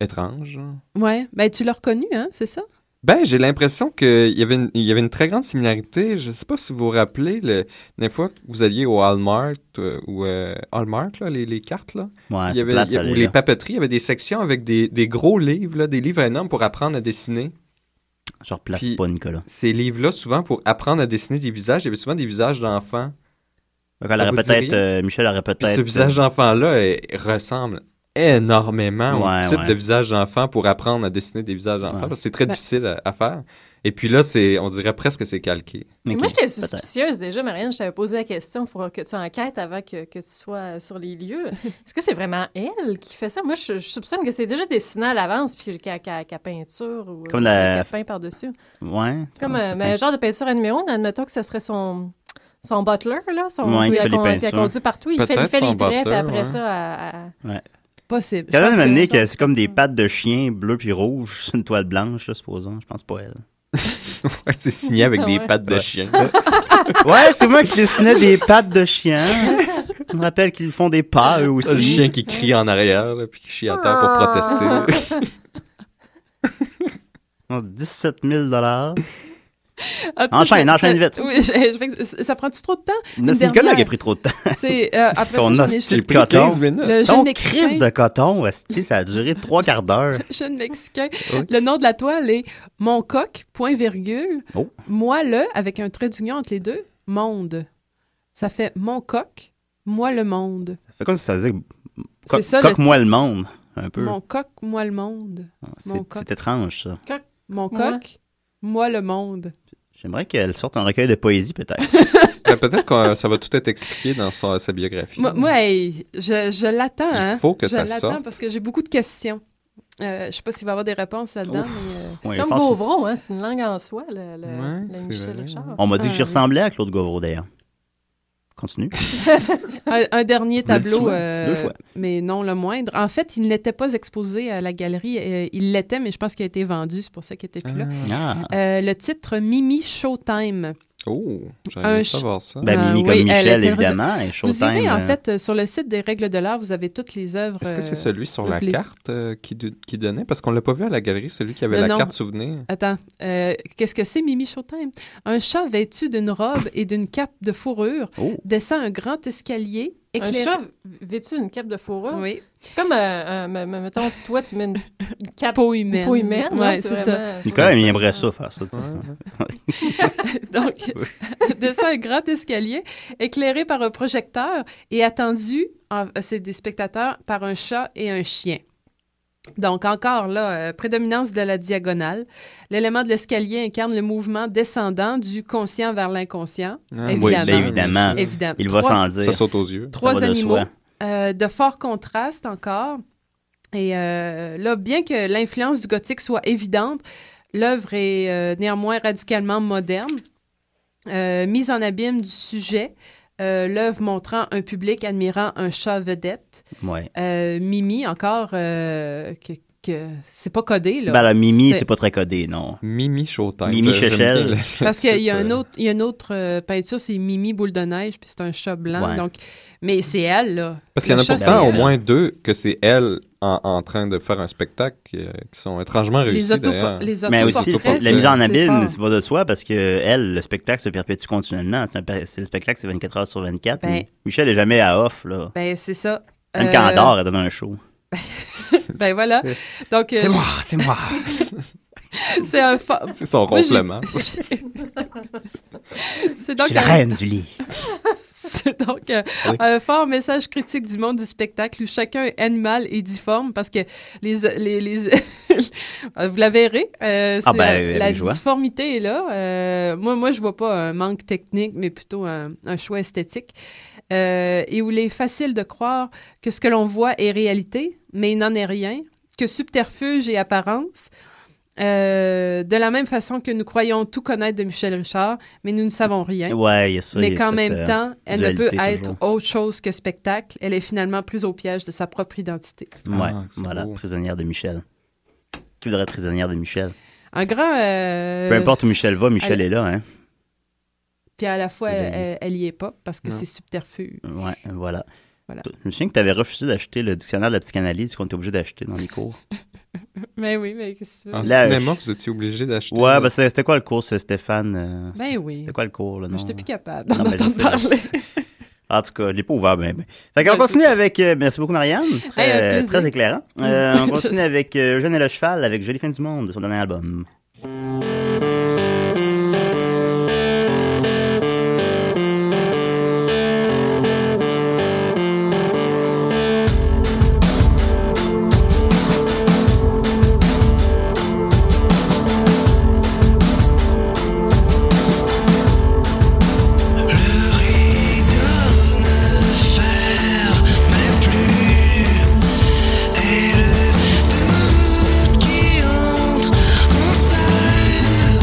S5: étrange. hein.
S8: Ouais, ben tu l'as reconnu, hein, c'est ça?
S5: Ben, j'ai l'impression qu'il y, avait une- il y avait une très grande similarité. Je sais pas si vous vous rappelez, le, une fois que vous alliez au Hallmark, euh, ou euh, Hallmark, là, les, les cartes, là,
S3: Ouais,
S5: il y
S3: c'est
S5: avait,
S3: plate,
S5: il y a-
S3: ça,
S5: ou
S3: les
S5: les
S3: gars.
S5: papeteries, il y avait des sections avec des, des gros livres, là, des livres énormes pour apprendre à dessiner.
S3: Je replace
S5: Puis-
S3: pas Nicolas.
S5: Ces livres-là, souvent, pour apprendre à dessiner des visages, il y avait souvent des visages d'enfants.
S3: Donc,
S5: Ça
S3: elle aurait
S5: vous dit
S3: peut-être,
S5: rien?
S3: euh, Michel aurait
S5: Puis
S3: peut-être.
S5: ce visage d'enfant-là euh, ressemble énormément
S3: Ouais,
S5: au type
S3: ouais.
S5: de visage d'enfant pour apprendre à dessiner des visages d'enfants,
S3: Ouais.
S5: parce que c'est très
S8: Ben-
S5: difficile à, à faire. Et puis là, c'est, on dirait presque que c'est calqué.
S3: Ok,
S6: Moi, j'étais
S3: euh, peut-être.
S6: suspicieuse déjà, Marianne. Je t'avais posé la question pour que tu enquêtes avant que, que tu sois euh, sur les lieux. Est-ce que c'est vraiment elle qui fait ça? Moi, je, je soupçonne que c'est déjà dessiné à l'avance, puis qu'à qu'à- qu'à peinture ou
S3: Comme
S6: euh,
S3: la-
S6: qu'à peint par-dessus.
S3: Ouais.
S6: C'est comme euh, mais genre de peinture à numéro, mais admettons que ce serait son, son butler, là. Son,
S3: Ouais, il
S6: puis
S3: fait les
S6: con- puis
S3: peintures.
S6: conduit partout. Il fait, il
S5: Peut-être
S6: fait les
S5: son
S6: traits, puis
S5: butler,
S6: après
S5: ouais.
S6: ça, à- à-
S8: Possible.
S3: Quand
S8: Je pense
S3: même
S8: que
S3: amené
S8: c'est ça.
S3: que c'est comme des pattes de chien bleues puis rouges sur une toile blanche, là, supposons. Je pense pas elle.
S5: Ouais, c'est signé avec des
S6: Ouais.
S5: pattes de chien.
S3: Ouais, c'est moi qui dessinais des pattes de chien. Je me rappelle qu'ils font des pas, eux
S5: Le
S3: aussi.
S5: chien qui crie en arrière, là, puis qui chie à terre pour
S8: Ah.
S5: protester.
S3: Ils ont 17 000 dollars.
S8: En tout cas,
S3: Enchaîne,
S8: ça-
S3: enchaîne vite.
S8: ça- Oui, je- je fais- ça- ça prend-tu trop de temps?
S3: Mais C'est
S8: dernière.
S3: Nicolas qui a pris trop de temps.
S8: C'est, euh, après
S3: Son
S8: ça, j'en ai
S3: hostie.
S8: juste-
S5: J'ai pris
S3: Coton.
S5: 15 minutes.
S8: le jeune
S3: Donc,
S8: Mexicain.
S3: crise de coton, esti, ça a duré trois quarts d'heure.
S8: jeune Mexicain.
S5: Oui.
S8: Le nom de la toile est Mon coq, point virgule,
S3: Oh.
S8: moi le, avec un trait d'union entre les deux, monde. Ça fait Mon coq, moi le monde.
S3: Ça fait comme si ça disait
S8: C'est ça, le
S3: coque-moi le monde, un peu. Ah,
S8: Mon coq, moi le monde.
S3: C'est
S8: mon coq.
S3: c'est étrange, ça.
S8: Mon coq,
S6: Moi.
S8: moi le monde.
S3: Mmh. J'aimerais qu'elle sorte un recueil de poésie, peut-être.
S5: Ben, peut-être que euh, ça va tout être expliqué dans sa, sa biographie.
S8: Moi, moi, hey, je, je l'attends.
S5: Il
S8: hein.
S5: faut que
S8: je
S5: ça
S8: l'attends
S5: sorte.
S8: parce que j'ai beaucoup de questions. Euh, je sais pas s'il va y avoir des réponses là-dedans, mais euh,
S6: C'est
S3: Ouais, je
S6: comme
S3: pense-
S6: Gauvron, hein, c'est une langue en soi, le, le,
S5: Ouais,
S6: le
S5: c'est
S6: Michel
S5: vrai.
S6: Richard.
S3: On m'a dit que j'y
S8: Ah, oui.
S3: ressemblais à Claude Gauvreau, d'ailleurs. Continue.
S8: un, un dernier
S3: le dis
S8: tableau,
S3: souvent,
S8: euh,
S3: deux fois.
S8: mais non le moindre. En fait, il n'était pas exposé à la galerie. euh, il l'était, mais je pense qu'il a été vendu. C'est pour ça qu'il était plus là.
S5: Ah.
S3: Ah.
S8: Euh, le titre Mimi Showtime.
S5: Oh,
S8: Un
S5: j'aimerais
S8: ch-
S5: savoir ça.
S3: Ben,
S8: Ah,
S3: Mimi
S8: oui,
S3: comme
S8: elle
S3: Michel,
S8: était-
S3: évidemment, et
S8: Vous irez,
S3: Showtime.
S8: en
S3: euh,
S8: fait, euh, sur le site des règles de l'art, vous avez toutes les œuvres.
S5: Ben, Est-ce que c'est
S8: euh,
S5: celui sur la
S8: le plaisir.
S5: carte euh, qui, do- qui donnait? Parce qu'on l'a pas vu à la galerie, celui qui avait
S8: Non,
S5: la
S8: non.
S5: carte souvenir.
S8: Attends, euh, qu'est-ce que c'est Mimi Showtime? Un chat vêtu d'une robe et d'une cape de fourrure
S3: Oh.
S8: descend un grand escalier
S6: Un
S8: éclairé.
S6: chat vêtu d'une cape de fourrure.
S8: Oui.
S6: Comme, euh, euh, me- me- mettons, toi, tu mets une, une Cap-
S8: peau humaine.
S6: peau humaine,
S8: Ouais,
S6: hein,
S8: c'est
S6: c'est
S8: ça.
S6: vraiment-
S3: Nicolas, il aimerait ça faire ça. de toute façon.
S8: Donc, descend un grand escalier éclairé par un projecteur et attendu, en- euh, c'est des spectateurs, par un chat et un chien. Donc, encore là, euh, prédominance de la diagonale. L'élément de l'escalier incarne le mouvement descendant du conscient vers l'inconscient.
S5: Ah,
S3: Oui,
S8: évidemment.
S3: ben évidemment.
S8: Évidemment.
S3: Il va
S8: Trois-
S3: sans dire.
S5: Ça saute aux yeux.
S3: va
S8: trois
S3: de
S8: animaux
S3: soi.
S8: euh, de forts contrastes encore. Et euh, là, bien que l'influence du gothique soit évidente, l'œuvre est euh, néanmoins radicalement moderne. Euh, mise en abîme du sujet, euh, l'œuvre montrant un public admirant un chat vedette.
S3: Ouais.
S8: Euh, Mimi, encore, euh, que, que- c'est pas codé. Là.
S3: Ben, la Mimi,
S8: C'est-
S3: c'est pas très codé, non.
S5: Mimi Chautin.
S3: Mimi
S5: J'aime
S3: Chechel.
S5: bien
S8: Parce qu'il y a
S5: cette,
S8: un
S5: euh,
S8: autre, il y a une autre euh, peinture, c'est Mimi Boule de Neige, puis c'est un chat blanc.
S3: Ouais.
S8: Donc, mais c'est elle, là.
S5: Parce qu'il y en
S8: Le
S5: a
S8: chat,
S5: pourtant
S8: c'est
S5: au
S8: elle.
S5: moins deux que c'est elle en, en train de faire un spectacle euh, qui sont étrangement réussis.
S8: Les, auto
S5: d'ailleurs.
S8: les
S3: Mais aussi,
S8: autoportraits,
S5: portrait,
S3: c'est-
S8: c'est-
S3: la mise en
S8: c'est
S3: abîme,
S8: fort.
S3: c'est pas de soi parce que elle, le spectacle se perpétue continuellement. C'est un per- c'est le spectacle, c'est 24 heures sur 24.
S8: Ben-
S3: mais Michel est jamais à off, là.
S8: Ben, c'est ça.
S3: Même
S8: Euh,
S3: quand elle dort, elle donne un show.
S8: Ben voilà. Donc, euh,
S2: C'est moi, c'est moi.
S8: c'est un fort.
S5: C'est son
S8: Moi, j'ai-
S5: ronflement.
S8: c'est donc,
S3: C'est la
S8: un-
S3: reine du lit.
S8: c'est donc euh,
S3: Oui.
S8: un fort message critique du monde du spectacle où chacun est animal et difforme parce que les. les, les- Vous la verrez. euh,
S3: Ah
S8: c'est,
S3: ben,
S8: euh, la
S3: avec joie.
S8: difformité est là. Euh, moi, moi, je vois pas un manque technique, mais plutôt un, un choix esthétique. Euh, et où il est facile de croire que ce que l'on voit est réalité, mais il n'en est rien, que subterfuge et apparence. Euh, de la même façon que nous croyons tout connaître de Michel Richard, mais nous ne savons rien.
S3: Ouais, il y a ça. il
S8: Mais
S3: y a
S8: qu'en
S3: cette,
S8: même
S3: euh,
S8: temps, elle ne peut
S3: dualité
S8: être autre chose que spectacle. Elle est finalement prise au piège de sa propre identité.
S3: Ouais,
S5: Ah, c'est
S3: voilà,
S5: beau.
S3: prisonnière de Michel. Qui voudrait être prisonnière de Michel?
S8: Un grand. euh,
S3: Peu importe où Michel va, Michel est là, hein.
S8: Puis à la fois,
S3: Elle-
S8: elle, elle y est pas parce que
S5: Non.
S8: c'est subterfuge.
S3: Ouais, voilà.
S8: Voilà.
S3: Je me souviens que tu avais refusé d'acheter le dictionnaire de la psychanalyse qu'on était obligé d'acheter dans les cours.
S8: Mais Ben oui, mais qu'est-ce que tu veux?
S5: En
S3: Là,
S5: cinéma, vous étiez obligé d'acheter.
S3: Ouais,
S5: le-
S3: ben c'était c'était quoi le cours, c'est Stéphane? euh,
S8: Ben oui.
S3: C'était quoi le cours, là,
S8: Je
S3: non?
S8: n'étais plus capable
S3: Non,
S8: d'en
S3: mais je
S8: entendre
S3: sais, là.
S8: parler.
S3: En tout cas, je l'ai pas ouvert, mais. Fait qu'on
S8: Ouais,
S3: continue avec. euh, merci beaucoup, Marianne. Très,
S8: Hey, un plaisir. Mm.
S3: très éclairant. Euh, on
S8: Je
S3: continue
S8: sais.
S3: avec euh, Eugène et le cheval, avec Jolie fin du monde, son dernier album.
S4: Et le doute qui entre, on s'arrête.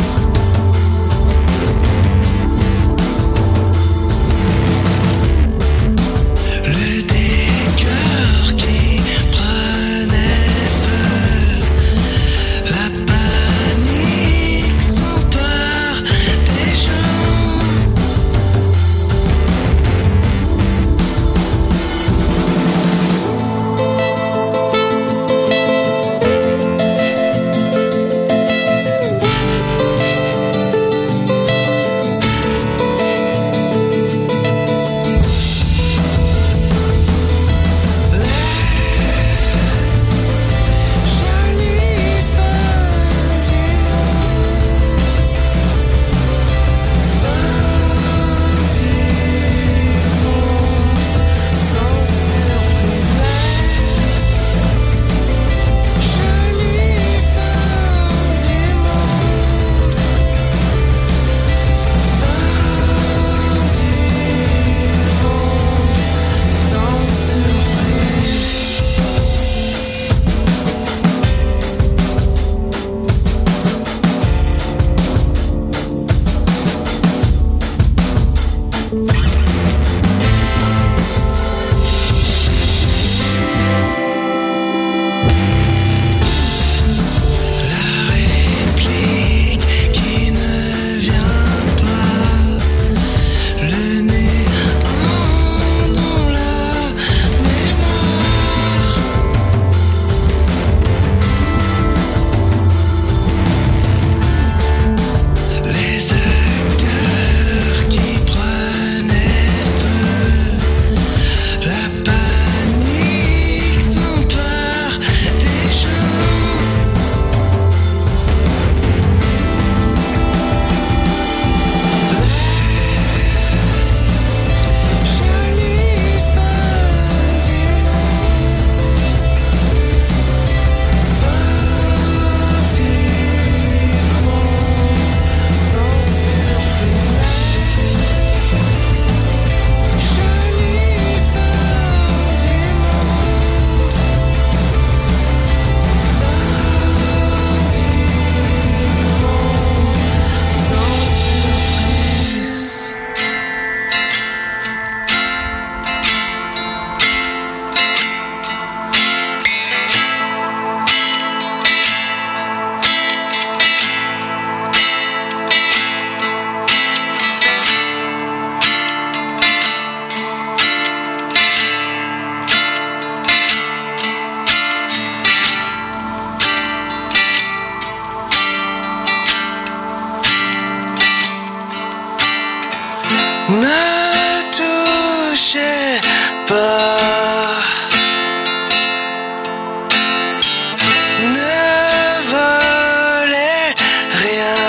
S4: Never, ne volez rien.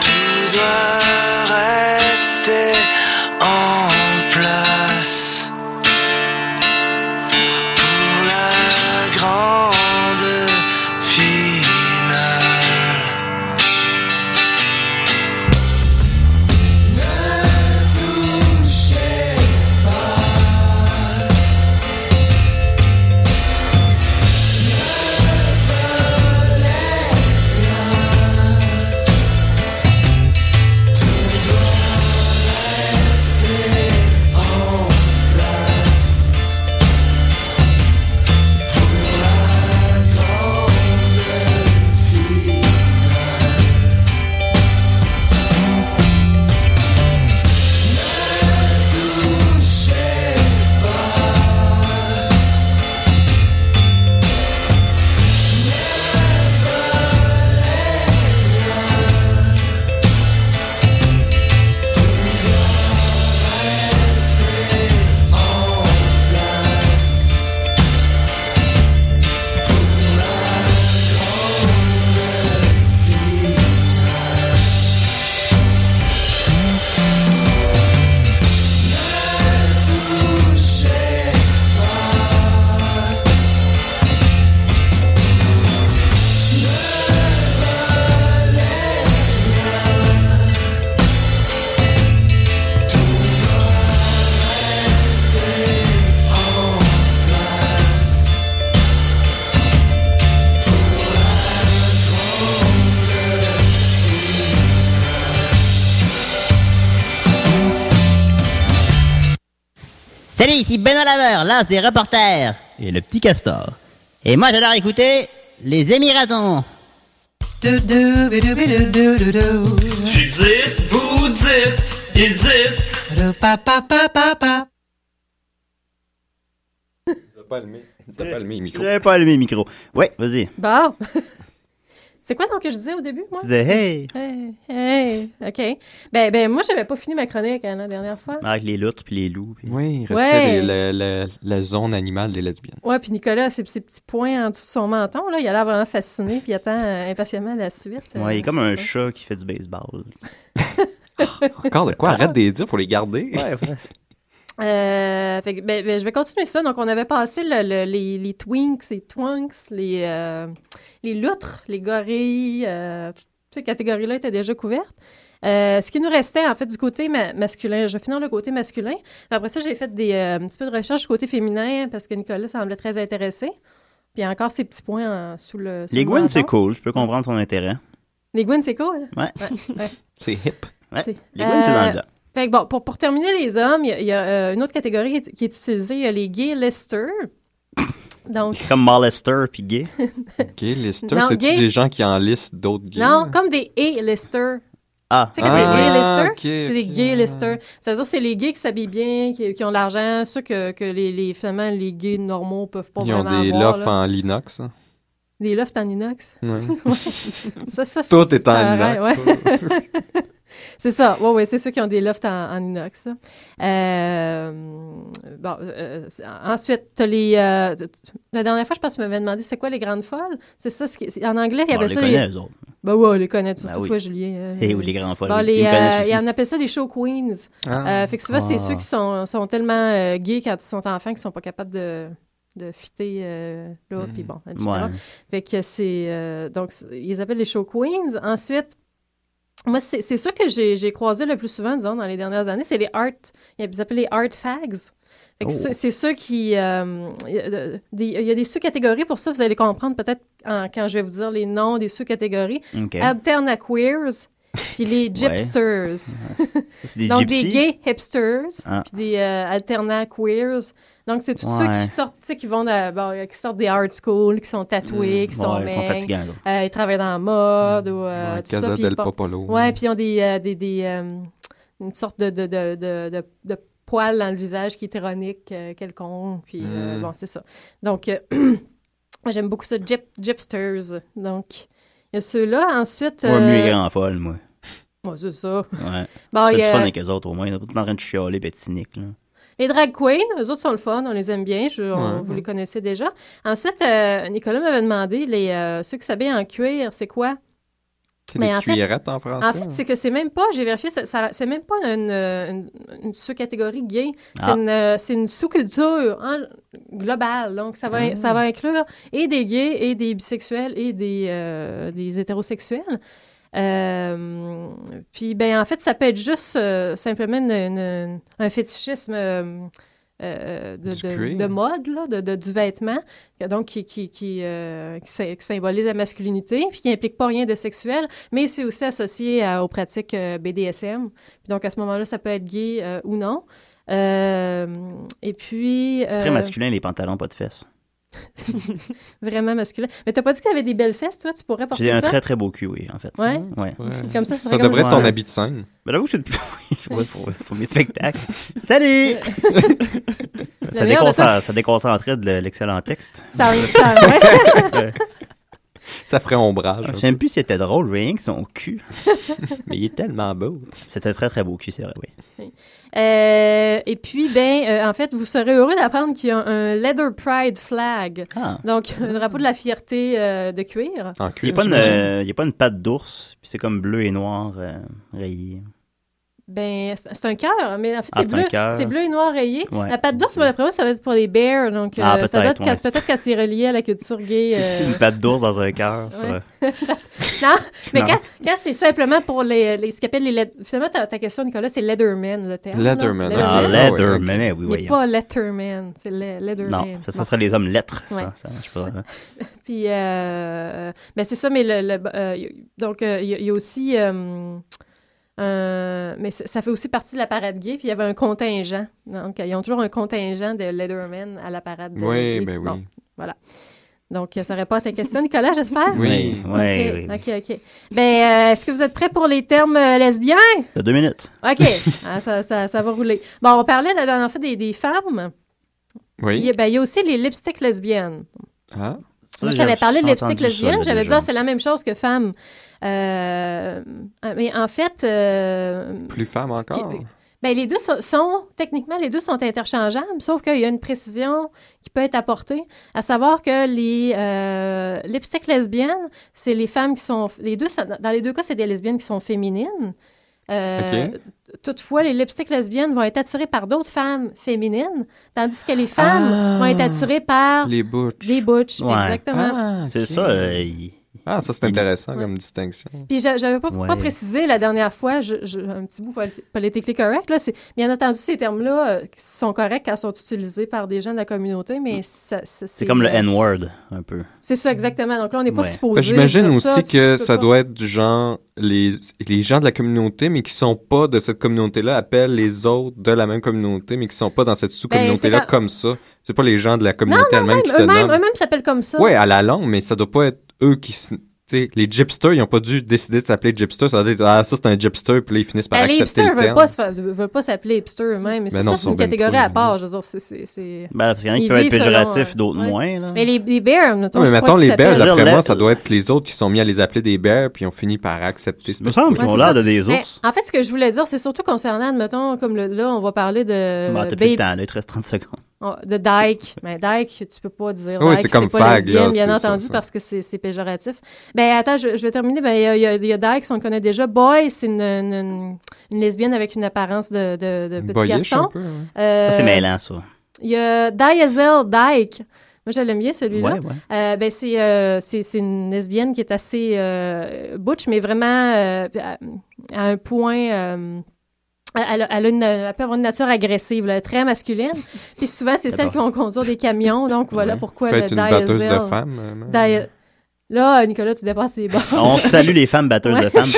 S4: Tout doit rester en place pour la grande finale. touchez pas. Ne volez rien. Tout doit rester en place pour la grande finale. Touchez pas, ne volez rien. Tout doit rester en place pour la grande finale. Touchez pas, ne volez rien, tout doit rester en place pour la grande
S11: Salut, ici Benoît Laveur, l'as des reporters. Et le petit castor. Et moi, j'adore écouter les Émiratons.
S4: Tu dites, vous dites, il dit. Papa, papa, papa.
S5: T'as pas allumé, t'as pas allumé le micro.
S3: J'avais pas allumé le micro. Ouais, vas-y.
S8: Bon. C'est quoi donc que je disais au début, moi?
S3: Tu disais, hey.
S8: Hey, hey. OK. Ben, ben moi, j'avais pas fini ma chronique hein, la dernière fois.
S3: Avec les loutres puis les loups. puis-
S5: Oui, il restait
S8: Ouais.
S5: les- la, la- la zone animale des lesbiennes.
S8: Ouais, puis Nicolas, ses, ses petits points en dessous de son menton, là, il a l'air vraiment fasciné, puis il attend euh, impatiemment la suite. Euh,
S3: Ouais, il est comme un
S8: je sais
S3: chat qui fait du baseball.
S5: Encore de quoi? Arrête de les dire, faut les garder.
S3: Ouais, ouais.
S8: pas. Euh, fait que, ben, ben, je vais continuer ça. Donc, on avait passé le- le- les, les twinks, les twinks, les, euh, les loutres, les gorilles. euh, toutes ces catégories-là étaient déjà couvertes. Euh, ce qui nous restait, en fait, du côté ma- masculin, je finis dans le côté masculin. Après ça, j'ai fait des, euh, un petit peu de recherche du côté féminin parce que Nicolas semblait très intéressé. Puis il y a encore ses petits points euh, sous le. sous
S3: Les
S8: le
S3: Gwyn, c'est
S8: menton.
S3: cool. Je peux comprendre son intérêt.
S8: Les Gwyn, c'est cool. hein.
S3: Ouais.
S8: ouais.
S5: C'est hip.
S3: Ouais.
S8: C'est-
S3: Les Gwyn, c'est dans le
S8: Euh,
S3: blanc.
S8: Fait que bon, pour, pour terminer les hommes, il y a, il y a, euh, une autre catégorie qui est, qui est utilisée, il y a les gays Lester. Donc,
S3: Comme Molester puis gay.
S5: Gay Lister,
S8: Non,
S5: c'est-tu
S8: gay-
S5: des gens qui enlistent d'autres gays?
S8: non, comme des et Lester.
S3: Ah,
S8: Tu sais, comme les
S5: Ah,
S8: gays Lester,
S5: ok,
S8: c'est des
S5: ok.
S8: gays Lester. C'est-à-dire, c'est les gays qui s'habillent bien, qui, qui ont de l'argent, ceux que, que les, les, finalement, les gays normaux peuvent pas
S5: Ils ont
S8: vraiment
S5: des
S8: avoir.
S5: lofts
S8: là.
S5: en linox. hein.
S8: Des lofts en inox.
S5: Ouais.
S8: Ça, ça,
S5: Tout
S8: c'est
S5: est en
S8: un
S5: inox.
S8: rêve, ouais. c'est ça. Oui, oui, c'est ceux qui ont des lofts en, en inox. là. Euh, bon, euh, c'est- ensuite, t'as les. euh, t- t- la dernière fois, je pense que tu m'avais demandé c'est quoi les grandes folles. C'est ça. ce qui- c'est- en anglais, il y
S3: Bon, on
S8: avait
S3: les
S8: ça.
S3: connaît, eux autres.
S8: Ben ouais, on les connaît, surtout
S3: Ben oui.
S8: toi, Julien. euh,
S3: Et ou les grands folles.
S8: Bon,
S3: oui.
S8: les,
S3: Ils me connaissent
S8: euh,
S3: aussi.
S8: on appelle ça les show queens.
S5: Ah.
S8: Euh, fait que souvent, c'est
S5: Ah.
S8: ceux qui sont, sont tellement euh, gays quand ils sont enfants qu'ils sont pas capables de, de fitter euh, là,
S5: Mm.
S8: puis bon, etc.
S3: Ouais.
S8: Fait que c'est. euh, donc, c'est- ils appellent les show queens. Ensuite, moi, c'est c'est ça que j'ai j'ai croisé le plus souvent, disons, dans les dernières années, c'est les art. Ils appellent les art fags. Fait
S3: Oh.
S8: que ceux- C'est ceux qui. euh, Il y a de- des- il y a des sous-catégories pour ça, vous allez comprendre peut-être en- quand je vais vous dire les noms des sous-catégories.
S3: OK.
S8: Alterna queers, puis les gypsters.
S3: C'est des
S8: Donc,
S3: gypsies.
S8: des gays hipsters,
S3: Ah.
S8: puis des euh, alternats queers. Donc, c'est tous ceux
S3: Ouais.
S8: qui sortent, tu sais, qui vont de- bon, euh, qui sortent des hard school, qui sont tatoués, qui sont
S3: Hmm. Ouais, ils sont
S8: maigres,
S3: fatigants. Hmm. là.
S8: euh, ils travaillent dans la mode ou euh,
S5: Ouais,
S8: tout ça.
S5: Casa
S8: puis ils
S5: del
S8: portent-
S5: Popolo.
S8: Ouais, puis ils ont des, euh, des, des, euh, une sorte de, de, de, de, de- de poil dans le visage qui est ironique euh, quelconque. Puis euh,
S5: Mm.
S8: bon, c'est ça. Donc, euh, j'aime beaucoup ça, gyp- gypsters. Donc, il y a ceux-là. Ensuite.
S3: Moi, mieux les
S8: euh,
S3: grands folles, moi.
S8: Moi, c'est ça.
S3: Ouais.
S8: Bon,
S3: c'est
S8: Ah, il y
S3: du
S8: a-
S3: fun avec eux autres, au moins. Ils sont pas tout le temps en train de chialer et être cyniques, là.
S8: Les drag queens, eux autres sont le fun, on les aime bien, je- on-
S3: Ouais.
S8: vous les connaissez déjà. Ensuite, euh, Nicolas m'avait demandé, les, euh, ceux qui s'habillent en cuir, c'est quoi?
S5: C'est
S8: Mais
S5: des
S8: en fait-
S5: cuirettes en français. hein.
S8: En
S12: hein.
S8: fait, c'est que c'est même pas, j'ai vérifié, ça- ça- c'est même pas une, euh, une- une sous-catégorie gay.
S5: Ah.
S8: C'est une, euh, c'est une sous-culture hein, globale. Donc, ça va,
S12: Ah.
S8: ça va inclure et des gays, et des bisexuels, et des, euh, des hétérosexuels. Euh, puis, ben, en fait, ça peut être juste euh, simplement une- une- un fétichisme. euh, euh, de,
S12: Du
S8: de-
S12: cuir.
S8: de mode, là, de, de- du vêtement, que- donc qui, qui, qui, euh, qui sy- qui symbolise la masculinité, puis qui n'implique pas rien de sexuel, mais c'est aussi associé à- aux pratiques euh, BDSM. Puis donc, à ce moment-là, ça peut être gay euh, ou non. Euh, et puis...
S3: C'est très
S8: euh,
S3: masculin, les pantalons, pas de fesses.
S8: Vraiment masculin. Mais t'as pas dit que t'avais des belles fesses, toi? Tu pourrais porter
S3: J'ai un
S8: ça?
S3: très très beau cul, oui, en fait.
S8: Ouais?
S3: ouais.
S8: Comme ça, ça serait
S5: Ça
S8: comme
S5: devrait être
S8: genre-
S5: ton habit de scène.
S3: Mais là, vous, je suis depuis. ouais, pour, pour mes spectacles. Salut!
S8: La
S3: ça,
S8: meilleure de
S3: déconcentre,
S8: ça-
S3: ça déconcentrait de l'excellent texte.
S8: Ça- ça- ouais.
S5: Ça ferait ombrage.
S3: Ah, Je sais même plus si c'était drôle, rien que son cul.
S5: Mais il est tellement beau.
S3: C'était un très très beau cul, c'est vrai, oui.
S8: Euh, et puis, ben, euh, en fait, vous serez heureux d'apprendre qu'il y a un Leather Pride flag.
S3: Ah.
S8: Donc, un drapeau de la fierté euh, de cuir.
S3: Il n'y a, pas une, euh, il y a pas une patte d'ours, puis c'est comme bleu et noir euh, rayé.
S8: Ben, c'est c'est un cœur, mais en fait,
S3: Ah,
S8: c'est
S3: c'est un
S8: bleu.
S3: cœur.
S8: C'est bleu et noir rayé.
S3: Ouais.
S8: La patte d'ours, moi, d'après moi, ça va être pour les bears. Donc,
S3: Ah,
S8: euh, ça doit
S3: peut-être,
S8: être quand-
S3: ouais.
S8: peut-être quand c'est relié à la culture gay. euh,
S3: Une patte d'ours dans un cœur, ça.
S8: Ouais. non, mais
S3: Non.
S8: quand, quand c'est simplement pour les, les- ce qu'appelle les. let- Finalement, ta, ta question, Nicolas, c'est Leatherman, le terme. là.
S5: Leatherman,
S3: Ah, Leatherman, eh oui,
S8: Il
S3: voyons.
S8: n'est pas Letterman, c'est le- Leatherman.
S3: Non, ça, ça
S8: Bon.
S3: serait les hommes lettres, ça.
S8: Ouais.
S3: ça marche pas.
S8: Puis, euh, ben c'est ça, mais le, le- euh, y- donc, euh, il y, a- il y a aussi. euh, euh, mais ça ça fait aussi partie de la parade gay, puis il y avait un contingent. Donc, ils ont toujours un contingent de Leatherman à la parade
S5: Oui,
S8: gay.
S5: ben oui.
S8: Bon, voilà. Donc, euh, ça répond à ta question, Nicolas, j'espère?
S3: Oui,
S8: OK,
S3: oui, oui.
S8: OK, OK. Ben, euh, est-ce que vous êtes prêts pour les termes euh, lesbiens?
S3: T'as deux minutes.
S8: OK, Ah, ça, ça- ça va rouler. Bon, on parlait, là, en fait, des, des femmes.
S5: Oui.
S8: Il y a- ben, il y a aussi les lipsticks lesbiennes.
S5: Ah.
S8: Moi, je t'avais parlé de lipstick lesbienne.
S5: lesbienne,
S8: J'avais dit, ah, c'est la même chose que femme. Euh, mais en fait. euh,
S5: Plus femme encore.
S8: qui- ben, les deux sont, sont- techniquement, les deux sont interchangeables, sauf qu'il y a une précision qui peut être apportée, à savoir que les euh, lipsticks lesbiennes, c'est les femmes qui sont, les deux, ça- dans les deux cas, c'est des lesbiennes qui sont féminines. Euh,
S12: Ok.
S8: Toutefois, les lipsticks lesbiennes vont être attirées par d'autres femmes féminines, tandis que les femmes
S5: Ah.
S8: vont être attirées par
S5: Les butch.
S8: des butch, exactement.
S5: Ah. C'est
S3: ça, euh,
S5: Ah, ça, c'est intéressant comme distinction.
S8: Puis j'a- j'avais pas,
S5: Ouais.
S8: pas précisé la dernière fois, je- je- un petit bout politi- politically correct, là, c'est bien entendu ces termes-là euh, qui sont corrects quand ils sont utilisés par des gens de la communauté, mais ça- ça-
S3: Mm. C'est comme le
S8: euh,
S3: N-word, un peu.
S8: C'est ça, exactement. Donc là, on n'est pas
S3: Ouais.
S8: supposé.
S5: Parce que J'imagine
S8: faire
S5: aussi
S8: ça, tu- tu
S5: que
S8: peux
S5: ça
S8: pas.
S5: doit être du genre, les, les gens de la communauté, mais qui sont pas de cette communauté-là, appellent les autres de la même communauté, mais qui sont pas dans cette sous-communauté-là
S8: Ben, c'est quand-
S5: comme ça. C'est pas les gens de la
S8: Non,
S5: communauté
S8: non,
S5: elle-même
S8: même,
S5: qui se
S8: eux-mêmes,
S5: nomment.
S8: eux-mêmes s'appellent comme ça.
S5: Ouais, à la longue, mais ça doit pas être eux qui se... tu sais, les gypsters, ils ont pas dû décider de s'appeler gypster. Ça doit être, ah, ça c'est un gypster, puis là, ils finissent par
S8: Ben, les
S5: accepter
S8: hipsters
S5: le
S8: ne veulent
S5: terme.
S8: pas se fa- veulent pas s'appeler hipsters eux-mêmes. Mais
S5: Ben
S8: c'est
S5: non,
S8: ça,
S5: ils
S8: c'est
S5: sont
S8: une
S5: ben
S8: catégorie
S5: trop,
S8: à part. Je veux dire, c'est- c'est. c'est-
S3: Ben, parce qu'il y en a qui
S8: Ils
S3: peuvent être
S8: vivent selon,
S3: péjoratifs,
S8: euh,
S3: d'autres
S8: ouais.
S3: moins, là.
S8: Mais les, les bears, mettons,
S5: Non, mais
S8: je crois
S5: mettons,
S8: qu'ils
S5: les bears,
S8: s'appellent-
S5: d'après
S3: Leur-
S5: moi, ça doit être les autres qui sont mis à les appeler des bears, puis ils ont fini par accepter. Il
S3: me semble qu'ils
S8: Ouais,
S3: ont
S8: c'est
S3: l'air
S8: ça.
S3: de des
S8: Mais,
S3: ours.
S8: en fait, ce que je voulais dire, c'est surtout concernant, admettons, comme le- là, on va parler de
S3: Bah, t'as plus le
S8: baby-
S3: temps, là, il te reste 30 secondes.
S8: Oh, de Dyke. Mais Dyke, tu peux pas dire.
S3: Oui,
S8: dyke,
S3: c'est comme
S8: pas
S3: fag,
S8: lesbienne,
S3: là,
S8: bien
S3: c'est
S8: entendu,
S3: ça, ça.
S8: parce que c'est c'est péjoratif. Ben, attends, je, je vais terminer. Ben, il y a, il y a- il y a Dyke, on le connaît déjà. Boy, c'est une, une- une- une lesbienne avec une apparence de, de, de petit
S3: Boyish un
S8: garçon.
S3: peu, ouais.
S5: hein.
S8: Euh,
S3: Ça, c'est mêlant, ça.
S8: Il y a Diesel Dyke. Moi, je l'aime bien, celui-là.
S3: Ouais, ouais.
S8: Euh, ben, c'est, euh, c'est, c'est une lesbienne qui est assez euh, butch, mais vraiment euh, à, à un point... euh, elle, a- elle a une- elle peut avoir une nature agressive, là, très masculine. Puis souvent, c'est celle qui
S5: D'accord.
S8: vont conduire des camions. Donc voilà pourquoi
S5: Peut
S8: le
S5: être une batteuse
S8: diesel-
S5: de femmes, euh, même.
S8: Diesel- Là, euh, Nicolas, tu dépasses les bords.
S3: On salue les femmes batteuses de
S8: Ouais.
S3: femmes.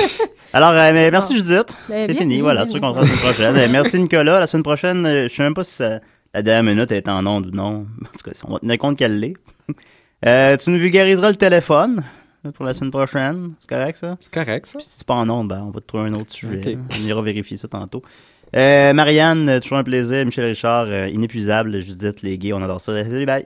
S3: Alors, euh, mais merci
S8: Bon.
S3: Judith. c'est
S8: Ben, bienvenue,
S3: fini, voilà, tu
S8: bienvenue.
S3: qu'on se voit la semaine prochaine. Euh, merci Nicolas. La semaine prochaine, euh, je sais même pas si ça- la dernière minute est en onde ou non. En tout cas, on va tenir compte qu'elle l'est. Euh, tu nous vulgariseras le téléphone pour la semaine prochaine. C'est correct, ça?
S5: C'est correct, ça.
S3: si c'est pas en onde, ben, on va te trouver un autre sujet. hein.
S5: Ok.
S3: On ira vérifier ça tantôt. Euh, Marianne, toujours un plaisir. Michel Richard, euh, inépuisable. Judith, les gays, on adore ça. Salut, bye.